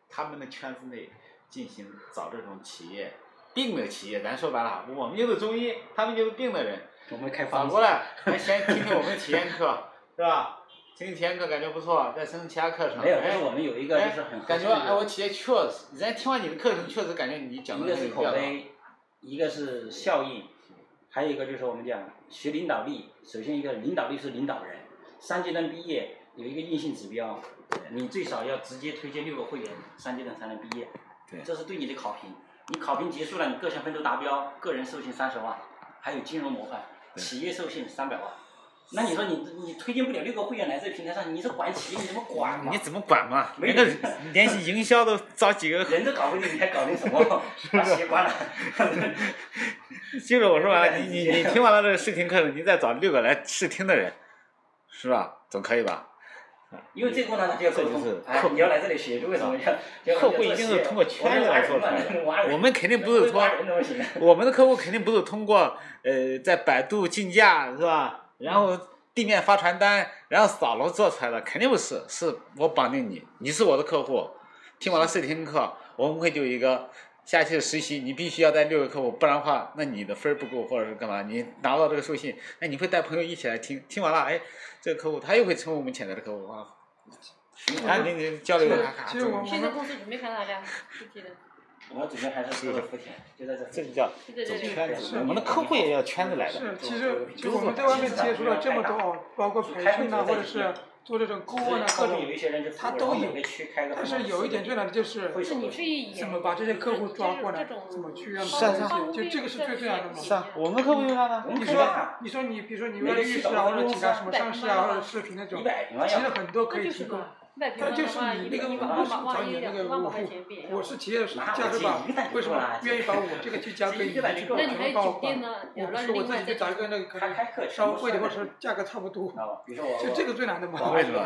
Speaker 2: 他们的圈子内进行找这种企业病的企业，咱说白了啊，我们就是中医，他们就是病的人，
Speaker 1: 我们开
Speaker 2: 反
Speaker 1: 方
Speaker 2: 过来，咱先听听我们的体验课， 是吧？听听体验课感觉不错，再深入其他课程。
Speaker 1: 没有，
Speaker 2: 哎
Speaker 1: 但是我们有一个
Speaker 2: 哎
Speaker 1: 就是很合
Speaker 2: 感
Speaker 1: 适
Speaker 2: 觉哎，我
Speaker 1: 的，
Speaker 2: 体验确实，人家听完你的课程，确实感觉你讲
Speaker 1: 一
Speaker 2: 的
Speaker 1: 个
Speaker 2: 很
Speaker 1: 是
Speaker 2: 有
Speaker 1: 口
Speaker 2: 料到
Speaker 1: 碑，一个是效应，还有一个就是我们讲学领导力。首先一个领导力是领导人，三阶段毕业有一个硬性指标，你最少要直接推荐六个会员，三阶段才能毕业。
Speaker 2: 对
Speaker 1: 这是对你的考评。你考评结束了，你各项分都达标，个人授信三十万，还有金融模块，
Speaker 2: 对
Speaker 1: 企业授信三百万。那你说你你推荐不了六个会员来这个平台上，你是管企业你怎么管嘛
Speaker 2: 你？怎么管嘛？
Speaker 1: 没
Speaker 2: 连
Speaker 1: 有
Speaker 2: 个连营销都招 几个，
Speaker 1: 人都搞不定，你还搞定什 么？
Speaker 2: 啊
Speaker 1: 把企业关了。
Speaker 2: 就是我说完了，你你你听完了这个试听课程，你再找六个来试听的人，是吧？总可以吧？
Speaker 1: 因为这个过程它就要沟
Speaker 2: 这就是
Speaker 1: 通，哎
Speaker 2: 客，啊
Speaker 1: 你要来这里学，就为什么要要
Speaker 2: 客户一定是通过圈子来做出来的
Speaker 1: 哎
Speaker 2: 我们肯定不是
Speaker 1: 说
Speaker 2: 说
Speaker 1: 挖人东 西，
Speaker 2: 我们的客户肯定不是通过呃在百度竞价是吧？然后地面发传单，然后扫楼做出来的，肯定不是，是我绑定你，你是我的客户，听完了试听课，我们会有一个下期的实习，你必须要带六个客户，不然的话，那你的分儿不够或者是干嘛，你拿不到这个授信，哎，你会带朋友一起来听，听完了，哎，这个客户他又会成为我们潜在的客户啊，哎，你你交流卡卡，
Speaker 3: 其实我
Speaker 4: 现在公司准备开哪俩具体的？
Speaker 1: 我们准备还是说的肤浅，就在这
Speaker 2: 这
Speaker 1: 附近。
Speaker 2: 就叫
Speaker 4: 就在
Speaker 2: 走
Speaker 4: 这里。
Speaker 2: 圈子，我们的客户也要圈子来的。
Speaker 3: 是，其
Speaker 1: 做这
Speaker 3: 实
Speaker 1: 个
Speaker 3: 其实我们在外面接触了这么多哦，包括培训呐，或者是做这种顾问啊
Speaker 1: 所
Speaker 3: 各
Speaker 1: 以客户
Speaker 3: 种
Speaker 1: 有，一些人就
Speaker 3: 他都有
Speaker 1: 每个区开个
Speaker 3: 但
Speaker 1: 分公司。
Speaker 3: 是有一点最难的就是
Speaker 1: 会
Speaker 4: 就是
Speaker 1: 手
Speaker 4: 你
Speaker 1: 动
Speaker 4: 去演
Speaker 3: 怎么把这些客户抓过来
Speaker 4: 这种，
Speaker 3: 怎么去让
Speaker 2: 是啊是啊
Speaker 3: 他们就这个是最重要的嘛。
Speaker 2: 是啊，我们客户用啥呢？
Speaker 1: 我们啊
Speaker 3: 你
Speaker 1: 可以
Speaker 3: 说
Speaker 1: 干
Speaker 3: 你说你比如说你为了浴室啊，或者请个什么上市啊，或者视频那种
Speaker 1: 一，百平了
Speaker 3: 其实
Speaker 1: 要，
Speaker 3: 很多可
Speaker 4: 那
Speaker 3: 以
Speaker 4: 就
Speaker 3: 提
Speaker 4: 是
Speaker 3: 供。
Speaker 4: 嘛，外平方的话，一个一万万万一两万块钱变。
Speaker 3: 我是企业
Speaker 1: 那我
Speaker 3: 价值
Speaker 1: 建
Speaker 3: 吧
Speaker 1: 议一个代，
Speaker 3: 为什
Speaker 1: 购啦
Speaker 3: 么愿意把我这个去交给你，
Speaker 1: 一个代
Speaker 3: 去
Speaker 1: 购
Speaker 3: 帮
Speaker 4: 那
Speaker 1: 啦
Speaker 3: 我
Speaker 4: 你还
Speaker 3: 帮我
Speaker 4: 酒
Speaker 3: 管
Speaker 4: 店？呢？
Speaker 3: 我
Speaker 4: 两
Speaker 3: 不
Speaker 4: 万
Speaker 3: 是我
Speaker 4: 另
Speaker 3: 自
Speaker 4: 外
Speaker 3: 己去
Speaker 4: 再
Speaker 3: 找一个那个可
Speaker 1: 他
Speaker 3: 能
Speaker 1: 开课
Speaker 3: 稍微贵点，或
Speaker 1: 或
Speaker 3: 者是价格差不多，
Speaker 1: 啊，比如说我
Speaker 3: 就这个最难的
Speaker 1: 我
Speaker 3: 嘛。
Speaker 2: 为什么？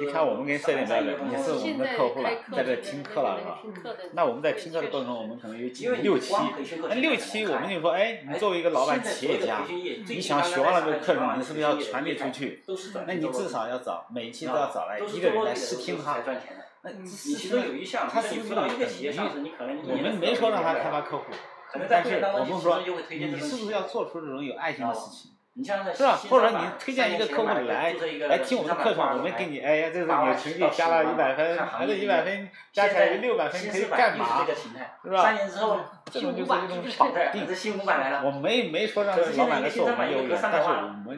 Speaker 2: 你看我们给你设定标准，
Speaker 1: 你是
Speaker 2: 你是
Speaker 1: 我
Speaker 2: 我们
Speaker 4: 现
Speaker 2: 的
Speaker 4: 在
Speaker 2: 客户了
Speaker 4: 开，
Speaker 2: 你
Speaker 4: 课
Speaker 2: 在这听课了是吧？
Speaker 4: 吧
Speaker 2: 那我们在听课的过程中，我们可能有几
Speaker 1: 因为
Speaker 2: 六期，
Speaker 1: 光培训课
Speaker 2: 那
Speaker 1: 程
Speaker 2: 六
Speaker 1: 很
Speaker 2: 期
Speaker 1: 难
Speaker 2: 我
Speaker 1: 看
Speaker 2: 们就说，哎，你作为一个老板企业家，你想学完了这个课程，你是不是要传递出去？？那你至少要找每一期都要找来一个人来试听哈。
Speaker 1: 赚钱的。
Speaker 2: 那
Speaker 3: 嗯
Speaker 1: 你其中有一项，
Speaker 2: 他
Speaker 1: 你
Speaker 2: 是不
Speaker 1: 辅
Speaker 2: 是
Speaker 1: 导一个企业上市，你可能
Speaker 2: 我们没说让他开发客户，
Speaker 1: 可能在
Speaker 2: 但
Speaker 1: 会
Speaker 2: 是
Speaker 1: 员当
Speaker 2: 我
Speaker 1: 中，
Speaker 2: 们
Speaker 1: 其
Speaker 2: 说
Speaker 1: 实就会推荐
Speaker 2: 你
Speaker 1: 这种
Speaker 2: 是不是要做出这种有爱心的事情？
Speaker 1: 你像那
Speaker 2: 是吧？
Speaker 1: 新
Speaker 2: 或者
Speaker 1: 三
Speaker 2: 你
Speaker 1: 板
Speaker 2: 推荐一个客户来来听我们的课程，我们给。你，哎呀，这是你的成绩加了一百分，还是一百分加起来六百分可以干嘛
Speaker 1: 这？个形态，
Speaker 2: 是
Speaker 1: 三
Speaker 2: 吧？
Speaker 1: 年之后，
Speaker 2: 这种就是一种绑
Speaker 1: 对，
Speaker 2: 定
Speaker 1: 这。新五版来了，
Speaker 2: 我没没说让老板来做我们业务员，但是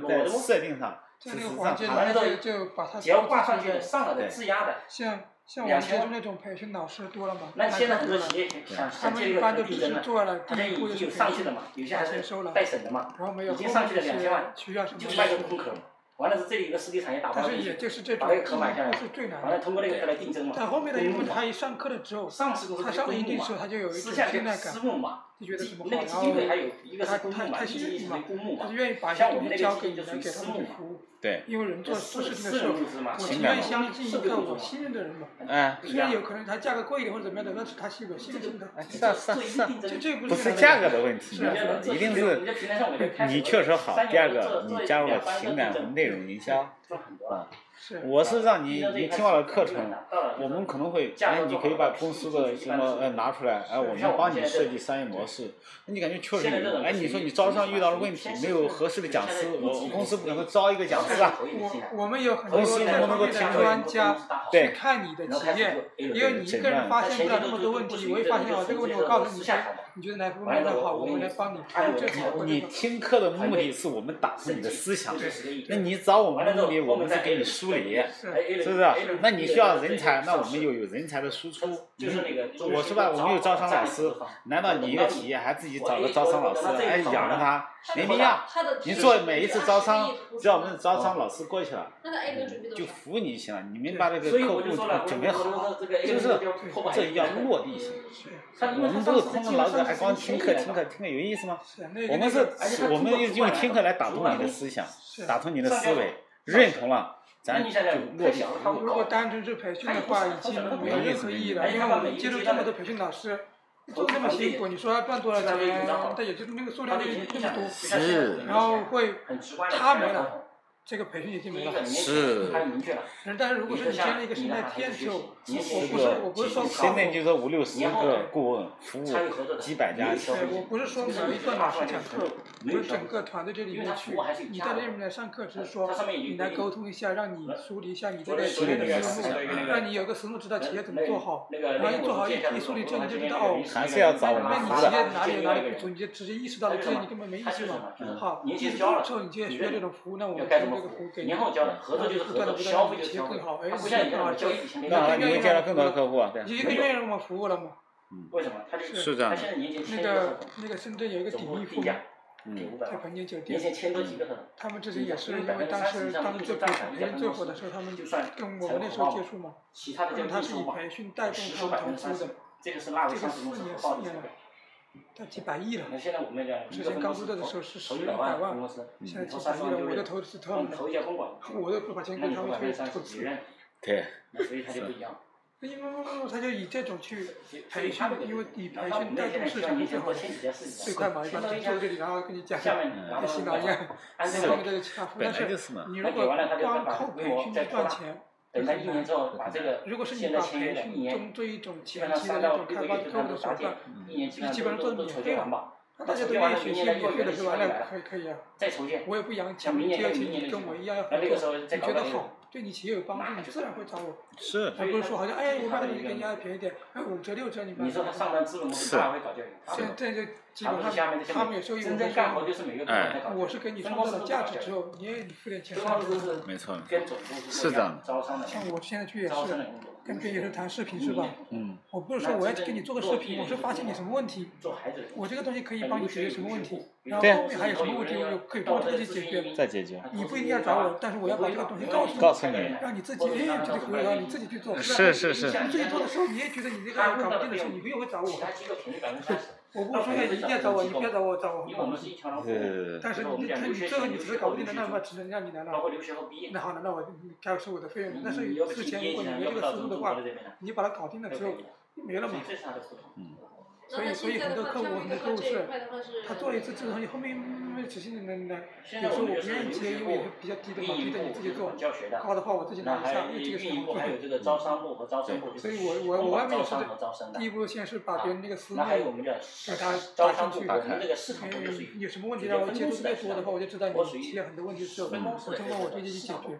Speaker 2: 我们在设定上，
Speaker 3: 这
Speaker 2: 事
Speaker 3: 样那个
Speaker 2: 实上
Speaker 3: 环节
Speaker 2: 他
Speaker 3: 呢，就就把它
Speaker 1: 只要挂上去的上了的质押的，
Speaker 3: 像像我
Speaker 1: 两
Speaker 3: 们
Speaker 1: 千
Speaker 3: 接
Speaker 1: 万
Speaker 3: 触那种培训老师多了嘛，
Speaker 1: 那现在很多企业想
Speaker 3: 他
Speaker 1: 想
Speaker 3: 们
Speaker 1: 建立
Speaker 3: 一
Speaker 1: 一
Speaker 3: 般
Speaker 1: 个
Speaker 3: 都
Speaker 1: 地
Speaker 3: 只
Speaker 1: 真
Speaker 3: 是
Speaker 1: 的，
Speaker 3: 做了
Speaker 1: 他
Speaker 3: 第
Speaker 1: 这
Speaker 3: 一步
Speaker 1: 已
Speaker 3: 就
Speaker 1: 经
Speaker 3: 是
Speaker 1: 有上去的嘛，有些还是带审的嘛，
Speaker 3: 然后没有
Speaker 1: 已经上去了2000万
Speaker 3: 需要什么？
Speaker 1: 就是卖个空壳，完了是这里有个实体产业打包
Speaker 3: 但
Speaker 1: 进
Speaker 3: 是也
Speaker 1: 去，
Speaker 3: 就是这
Speaker 1: 把
Speaker 3: 种
Speaker 1: 这个壳买下来
Speaker 3: 这是最难
Speaker 1: 完了
Speaker 3: 的。
Speaker 1: 通过那个壳来定增嘛。
Speaker 3: 但后面的一部分，他一上课了之后，
Speaker 1: 上市公司
Speaker 3: 他上了一定时候，他就有一
Speaker 1: 私
Speaker 3: 种
Speaker 1: 下就
Speaker 3: 信
Speaker 1: 个
Speaker 3: 赖
Speaker 1: 私
Speaker 3: 感，
Speaker 1: 募嘛，
Speaker 3: 就觉得什么好，
Speaker 1: 那个
Speaker 3: 然
Speaker 1: 基金
Speaker 3: 后
Speaker 1: 会还有一个是公募嘛，一级一是公募
Speaker 3: 他
Speaker 1: 嘛
Speaker 3: 就，愿意把一些东西交给你来给他们去服务。
Speaker 2: 对，
Speaker 3: 因为人做做事情
Speaker 1: 私
Speaker 3: 的时
Speaker 1: 人
Speaker 3: 候，
Speaker 1: 募资嘛，
Speaker 3: 我
Speaker 2: 情
Speaker 3: 情
Speaker 2: 感嘛
Speaker 3: 愿相信一
Speaker 1: 社会
Speaker 3: 个
Speaker 1: 工作
Speaker 3: 我
Speaker 1: 嘛
Speaker 3: 信任的人嘛。
Speaker 2: 哎，
Speaker 1: 不一
Speaker 3: 虽然
Speaker 1: 样
Speaker 3: 有可能他价格贵一点或者怎么样的，但是他是有信任的。
Speaker 2: 哎
Speaker 1: 这
Speaker 2: 算算
Speaker 1: 这一
Speaker 2: 算，
Speaker 1: 定
Speaker 3: 这
Speaker 1: 真
Speaker 3: 这不
Speaker 2: 不
Speaker 3: 是
Speaker 2: 是
Speaker 3: 人
Speaker 2: 价格的问题，
Speaker 3: 是啊
Speaker 2: 你知道一定
Speaker 1: 你
Speaker 2: 是
Speaker 1: 这平台上我就开始
Speaker 2: 你确实好。
Speaker 1: 三
Speaker 2: 第
Speaker 1: 年
Speaker 2: 二
Speaker 1: 我
Speaker 2: 个，
Speaker 1: 做做
Speaker 2: 你
Speaker 1: 一
Speaker 2: 加入
Speaker 1: 两
Speaker 2: 了
Speaker 1: 番
Speaker 2: 情
Speaker 1: 都
Speaker 2: 感
Speaker 1: 整
Speaker 2: 和内容营销，
Speaker 1: 做很多了。
Speaker 3: 是
Speaker 2: 我是让你
Speaker 1: 你
Speaker 2: 你听完了课程。我们可能会，
Speaker 1: 架
Speaker 2: 哎，
Speaker 1: 构
Speaker 2: 你
Speaker 1: 做
Speaker 2: 可以
Speaker 1: 好
Speaker 2: 把
Speaker 1: 了
Speaker 2: 公
Speaker 1: 实
Speaker 2: 司
Speaker 1: 际
Speaker 2: 的
Speaker 1: 进去
Speaker 2: 什
Speaker 1: 办
Speaker 2: 么
Speaker 1: 事
Speaker 2: 呃拿出来，哎，我
Speaker 1: 像
Speaker 2: 们
Speaker 1: 我
Speaker 2: 帮
Speaker 1: 们
Speaker 2: 你
Speaker 1: 现在
Speaker 2: 设
Speaker 1: 这
Speaker 2: 计商业模式。那你感觉确实
Speaker 1: 现在这
Speaker 2: 有，
Speaker 1: 种
Speaker 2: 哎，你
Speaker 1: 是
Speaker 2: 说
Speaker 1: 你
Speaker 2: 你招
Speaker 1: 自己
Speaker 2: 商
Speaker 1: 把
Speaker 2: 遇到
Speaker 1: 自
Speaker 2: 了
Speaker 1: 己
Speaker 2: 问题
Speaker 1: 天，
Speaker 2: 没
Speaker 1: 生
Speaker 2: 有
Speaker 1: 的
Speaker 2: 合适的讲
Speaker 1: 现
Speaker 2: 师
Speaker 1: 在，
Speaker 2: 我
Speaker 1: 自
Speaker 2: 我
Speaker 1: 己
Speaker 2: 公司不可能
Speaker 1: 自己
Speaker 2: 招一个讲师啊。
Speaker 3: 我我们有很
Speaker 2: 公
Speaker 3: 多
Speaker 2: 司
Speaker 3: 这
Speaker 2: 能不
Speaker 3: 方
Speaker 2: 能够
Speaker 3: 面的
Speaker 2: 加入
Speaker 3: 专家去
Speaker 2: 对
Speaker 3: 看你的企业，因为你一个人发现不了那么多问题，我会发现哦，这个问题我告诉你，你觉得哪部分没做好，我们来帮你看这才会
Speaker 2: 你听课的目的是我们打通你的思想，那你找我们的目的，我们是给你梳理，是不是？
Speaker 1: 哎
Speaker 2: 那你需要人才，那我们又有人才的输出。
Speaker 1: 就是那个，
Speaker 2: 我是吧？我们有招商老师，难道你一个企业还自己找个招商老师，哎，养着
Speaker 1: 啊
Speaker 2: 他？没必要。
Speaker 4: 他的
Speaker 2: 你做每一次招商，只要我们的招商老师过去了，
Speaker 4: 那他 A 能准备多
Speaker 2: 就
Speaker 4: 少？
Speaker 2: 服务你就行了。你们把这
Speaker 1: 所
Speaker 2: 个
Speaker 1: 以
Speaker 2: 客
Speaker 1: 我就
Speaker 2: 户
Speaker 1: 说了，
Speaker 2: 准备好，就是这叫落地型。
Speaker 1: 他因
Speaker 2: 我
Speaker 1: 为
Speaker 2: 们
Speaker 1: 他
Speaker 2: 不
Speaker 1: 上
Speaker 2: 是
Speaker 1: 次
Speaker 2: 空着脑子还光听课听课听课有意思吗？
Speaker 3: 是那个
Speaker 2: 我们
Speaker 3: 那个
Speaker 2: 是，我们用听课来打动你的思想，
Speaker 3: 是
Speaker 2: 打通你的思维，认同了，咱
Speaker 1: 那
Speaker 2: 就
Speaker 1: 你想想，
Speaker 2: 落
Speaker 1: 太
Speaker 2: 地
Speaker 1: 小了，
Speaker 2: 服
Speaker 1: 他
Speaker 2: 务。
Speaker 3: 如果单纯是培训的话，已经没有任何意义了，因为我们接触这么多培训老师，做那么辛苦，你说要赚多少钱？但也就那个数量那么那么多，
Speaker 2: 是
Speaker 3: 然后会
Speaker 1: 很直观的，
Speaker 3: 他没了，这个培训也就没了。
Speaker 2: 是
Speaker 1: 他明确了。
Speaker 3: 但是如果说你建立一个生态
Speaker 1: 你
Speaker 3: 圈
Speaker 1: 的
Speaker 3: 之后，我
Speaker 1: 你的孩子
Speaker 3: 不是我不是说
Speaker 1: 你的
Speaker 2: 现在就说五六十个顾问服务
Speaker 1: 参与合作的
Speaker 2: 几百家
Speaker 1: 你，
Speaker 3: 对，我不是说某一个老师讲课，我
Speaker 1: 没有
Speaker 3: 是整个团队这里面去，你在这里面来上课只是说
Speaker 1: 它呃上面有一
Speaker 3: 你
Speaker 1: 个呃
Speaker 3: 来沟通一下，让你梳理一下你这个
Speaker 1: 昨
Speaker 3: 企
Speaker 1: 天那
Speaker 3: 业的
Speaker 1: 个
Speaker 3: 思
Speaker 1: 那
Speaker 3: 路，
Speaker 1: 个那个
Speaker 3: 让你有个思路，知道企业怎么做好。
Speaker 1: 那个
Speaker 3: 然后做好一批梳理之后，你就知道哦，
Speaker 2: 还是要找我
Speaker 3: 那
Speaker 2: 们
Speaker 3: 你
Speaker 2: 服务
Speaker 3: 企业
Speaker 2: 的。
Speaker 3: 哪里有哪里不足，你就直接意识到了，这些你根本没意识嘛。好，意识到了之后，你就要学这种服务，那我
Speaker 1: 要
Speaker 3: 们提
Speaker 1: 该怎
Speaker 3: 供
Speaker 1: 么
Speaker 3: 这个服
Speaker 1: 服
Speaker 3: 务
Speaker 1: 务
Speaker 3: 给？你
Speaker 1: 年。后交的合作就是合作，消费就是消费，它不像以前我们交易以前那
Speaker 2: 那好，你
Speaker 1: 样。
Speaker 2: 会见到更多的客户啊，对
Speaker 3: 你就愿意让我们服务了嘛？
Speaker 1: 为什么？他就是
Speaker 2: 这
Speaker 1: 他
Speaker 2: 样的
Speaker 1: 现在年前签
Speaker 3: 那
Speaker 1: 一个合
Speaker 3: 个
Speaker 1: 同，
Speaker 3: 那个深圳有一个
Speaker 1: 总
Speaker 3: 鼎
Speaker 1: 共
Speaker 3: 力
Speaker 1: 定
Speaker 3: 富
Speaker 1: 价给
Speaker 2: 嗯
Speaker 1: 五，百
Speaker 3: 在
Speaker 1: 万，
Speaker 3: 鹏景酒
Speaker 1: 年
Speaker 3: 店，
Speaker 1: 前签多几个合同？
Speaker 3: 他们之前也是因为当时当时最培训最火的时候，他们跟我们那时候接触嘛，
Speaker 1: 其嗯他的
Speaker 3: 然
Speaker 1: 叫
Speaker 3: 后他
Speaker 1: 运
Speaker 3: 是
Speaker 1: 输
Speaker 3: 以
Speaker 1: 嘛，
Speaker 3: 培训带动
Speaker 1: 实
Speaker 3: 他
Speaker 1: 收
Speaker 3: 们
Speaker 1: 百分
Speaker 3: 投
Speaker 1: 之三
Speaker 3: 资
Speaker 1: 十
Speaker 3: 的，，
Speaker 1: 这个是纳入上市公司
Speaker 3: 这个
Speaker 1: 核
Speaker 3: 四
Speaker 1: 报的成
Speaker 3: 年四年了
Speaker 1: 本。
Speaker 3: 他几百亿了。
Speaker 1: 那现在我们讲，
Speaker 3: 之前刚入的时候是
Speaker 1: 投
Speaker 3: 十
Speaker 1: 一
Speaker 3: 百
Speaker 1: 百万
Speaker 3: 万，
Speaker 1: 公司，
Speaker 2: 嗯
Speaker 3: 现在
Speaker 1: 投
Speaker 3: 几
Speaker 1: 三
Speaker 3: 百
Speaker 1: 十
Speaker 3: 亿
Speaker 1: 万
Speaker 3: 了，
Speaker 1: 就
Speaker 3: 我
Speaker 1: 认
Speaker 3: 都，投资他
Speaker 1: 我
Speaker 3: 们
Speaker 1: 们
Speaker 3: 的，
Speaker 1: 投一家公馆，
Speaker 3: 我都不把钱
Speaker 1: 那
Speaker 3: 给
Speaker 1: 你
Speaker 3: 他
Speaker 1: 投百分
Speaker 3: 们
Speaker 1: 之
Speaker 3: 去
Speaker 1: 三
Speaker 3: 投
Speaker 1: 十几
Speaker 3: 资，
Speaker 1: 任，
Speaker 2: 对，
Speaker 1: 那所以它就不一样。
Speaker 3: 因为他就以这种去
Speaker 1: 所以
Speaker 3: 培
Speaker 1: 他
Speaker 3: 训
Speaker 1: 这个，
Speaker 3: 因为以培
Speaker 1: 那我
Speaker 3: 训
Speaker 1: 们那
Speaker 3: 带
Speaker 1: 现在
Speaker 3: 动
Speaker 1: 需
Speaker 3: 市
Speaker 1: 要
Speaker 3: 场
Speaker 1: 你
Speaker 3: 最
Speaker 1: 先
Speaker 3: 好
Speaker 1: 多签几件事情，
Speaker 3: 最快嘛，一
Speaker 1: 签
Speaker 3: 般
Speaker 1: 到
Speaker 3: 就
Speaker 1: 一
Speaker 3: 坐
Speaker 1: 家
Speaker 3: 这里，然后跟你讲，
Speaker 1: 下面呃拿
Speaker 3: 还
Speaker 1: 到
Speaker 3: 洗脑一样，
Speaker 1: 按
Speaker 3: 最
Speaker 1: 这
Speaker 3: 后
Speaker 1: 个
Speaker 3: 面这个其他服务。
Speaker 2: 本
Speaker 3: 但
Speaker 2: 来就是是嘛。
Speaker 1: 嗯
Speaker 3: 你如果光靠培训去赚钱，
Speaker 1: 等他一年之后把这个
Speaker 3: 如果是你
Speaker 1: 现在
Speaker 3: 把
Speaker 1: 签约
Speaker 3: 培
Speaker 1: 的一
Speaker 3: 训
Speaker 1: 年
Speaker 3: 中，这一种
Speaker 1: 基本
Speaker 3: 前
Speaker 1: 上
Speaker 3: 期的
Speaker 1: 三
Speaker 3: 那
Speaker 1: 到
Speaker 3: 种
Speaker 1: 六
Speaker 3: 开
Speaker 1: 个
Speaker 3: 发
Speaker 1: 月就
Speaker 3: 客
Speaker 1: 他
Speaker 3: 户
Speaker 1: 都
Speaker 3: 的
Speaker 1: 搭
Speaker 3: 手
Speaker 1: 建
Speaker 3: 段，，
Speaker 2: 嗯
Speaker 1: 一年
Speaker 3: 基本上
Speaker 1: 都
Speaker 3: 做
Speaker 1: 都
Speaker 3: 免
Speaker 1: 筹
Speaker 3: 费
Speaker 1: 建
Speaker 3: 了
Speaker 1: 完吧，
Speaker 3: 那大家都愿意学习免费的是吧？那可以可以啊，
Speaker 1: 再筹建，
Speaker 3: 我也不养钱，你只要请你跟我一样要合
Speaker 1: 那这个时
Speaker 3: 作，
Speaker 1: 候再
Speaker 3: 你
Speaker 1: 搞
Speaker 3: 觉
Speaker 1: 到
Speaker 3: 得
Speaker 1: 这个
Speaker 3: 好，对你企业有帮助，你自然会找我，
Speaker 2: 是，
Speaker 3: 而不是说好像哎我卖东西给你还便宜点，哎五折六折你卖
Speaker 1: 你说他上单资本公司
Speaker 2: 是
Speaker 1: 大会搞教育，他
Speaker 3: 这
Speaker 1: 们
Speaker 3: 这就基
Speaker 1: 他
Speaker 3: 本
Speaker 1: 们
Speaker 3: 上
Speaker 1: 下面这些
Speaker 3: 他们有收益，
Speaker 1: 真
Speaker 3: 我
Speaker 1: 正
Speaker 3: 们
Speaker 1: 干活就是每个部门在搞教育，
Speaker 3: 我是给你创造了价值之后，你也付点钱
Speaker 1: 分公
Speaker 3: 上
Speaker 1: 司
Speaker 3: 去
Speaker 1: 都。是
Speaker 2: 没错，
Speaker 1: 跟总部
Speaker 2: 是
Speaker 1: 一
Speaker 2: 这样
Speaker 1: 样
Speaker 2: 的
Speaker 1: 招商的
Speaker 3: 像我现在去也
Speaker 1: 招商的
Speaker 3: 是
Speaker 1: 工作，
Speaker 3: 跟别人谈视频是吧？
Speaker 2: 嗯，
Speaker 3: 我不是说我要给你做个视频，我是发现你什么问题，
Speaker 1: 做孩子，
Speaker 3: 我这个东西可以帮你解决什么问题，
Speaker 1: 对
Speaker 3: 然后后面还有什么问题我就可以帮这个去解决。
Speaker 2: 再解决。
Speaker 3: 你不一定要找我，但是我要把这个东西告诉
Speaker 2: 告
Speaker 3: 你，
Speaker 2: 诉你，
Speaker 3: 让你自己哎觉得可以，然后你自己去做。
Speaker 2: 是是是
Speaker 3: 你自己做的时候，你也觉得你这个搞不定的时候，你不用会找我
Speaker 1: 其。他机构便宜百分之三十，
Speaker 3: 我不是说哎你一定要找我，你不要找我，找我
Speaker 1: 因为我们是一条
Speaker 2: 嗯
Speaker 1: 龙服务，
Speaker 2: 是，
Speaker 3: 但是你看你最后你实在搞不定的，那我只能让你来
Speaker 1: 包
Speaker 3: 了。
Speaker 1: 括留学后毕业，
Speaker 3: 那好了，那我你该收我的费用了。但是
Speaker 1: 你要不
Speaker 3: 之
Speaker 1: 去
Speaker 3: 前
Speaker 1: 毕业
Speaker 3: 如果
Speaker 1: 前
Speaker 3: 你
Speaker 1: 要
Speaker 3: 没这
Speaker 1: 不
Speaker 3: 个
Speaker 1: 到
Speaker 3: 思
Speaker 1: 中
Speaker 3: 路的
Speaker 1: 国
Speaker 3: 话
Speaker 1: 这，边来，
Speaker 3: 你把它搞定了
Speaker 1: 都
Speaker 3: 之
Speaker 1: 可
Speaker 3: 后
Speaker 1: 以的，
Speaker 3: 没了
Speaker 1: 所
Speaker 3: 嘛
Speaker 1: 以。这是他的不同。
Speaker 3: 所以所以很多客户很多客户是，他做了一次这个东西，后面没执行能能，
Speaker 1: 现
Speaker 3: 有
Speaker 1: 在
Speaker 3: 时
Speaker 1: 我们
Speaker 3: 候我
Speaker 1: 就
Speaker 3: 不
Speaker 1: 是
Speaker 3: 愿意接，因为比较低的嘛，
Speaker 1: 运营
Speaker 3: 低的你
Speaker 1: 部
Speaker 3: 自己做，
Speaker 1: 教学的，
Speaker 3: 高的话我自己
Speaker 1: 那
Speaker 3: 拿一
Speaker 1: 还
Speaker 3: 下，
Speaker 1: 有
Speaker 3: 哎，这个
Speaker 1: 运
Speaker 3: 是
Speaker 1: 营部还有这个招商部和招生部，就是
Speaker 3: 所以我我我外面
Speaker 1: 招
Speaker 3: 也是
Speaker 1: 商和招生的
Speaker 3: 第。一步先是把别人那个思路
Speaker 1: 那，还有我们叫招商部，嗯我们这个市场部就是
Speaker 3: 有什么问题让我接触越多的话，我就知道
Speaker 1: 我
Speaker 3: 你
Speaker 1: 属于
Speaker 3: 企业很多问题之后，我通过我对接去解决。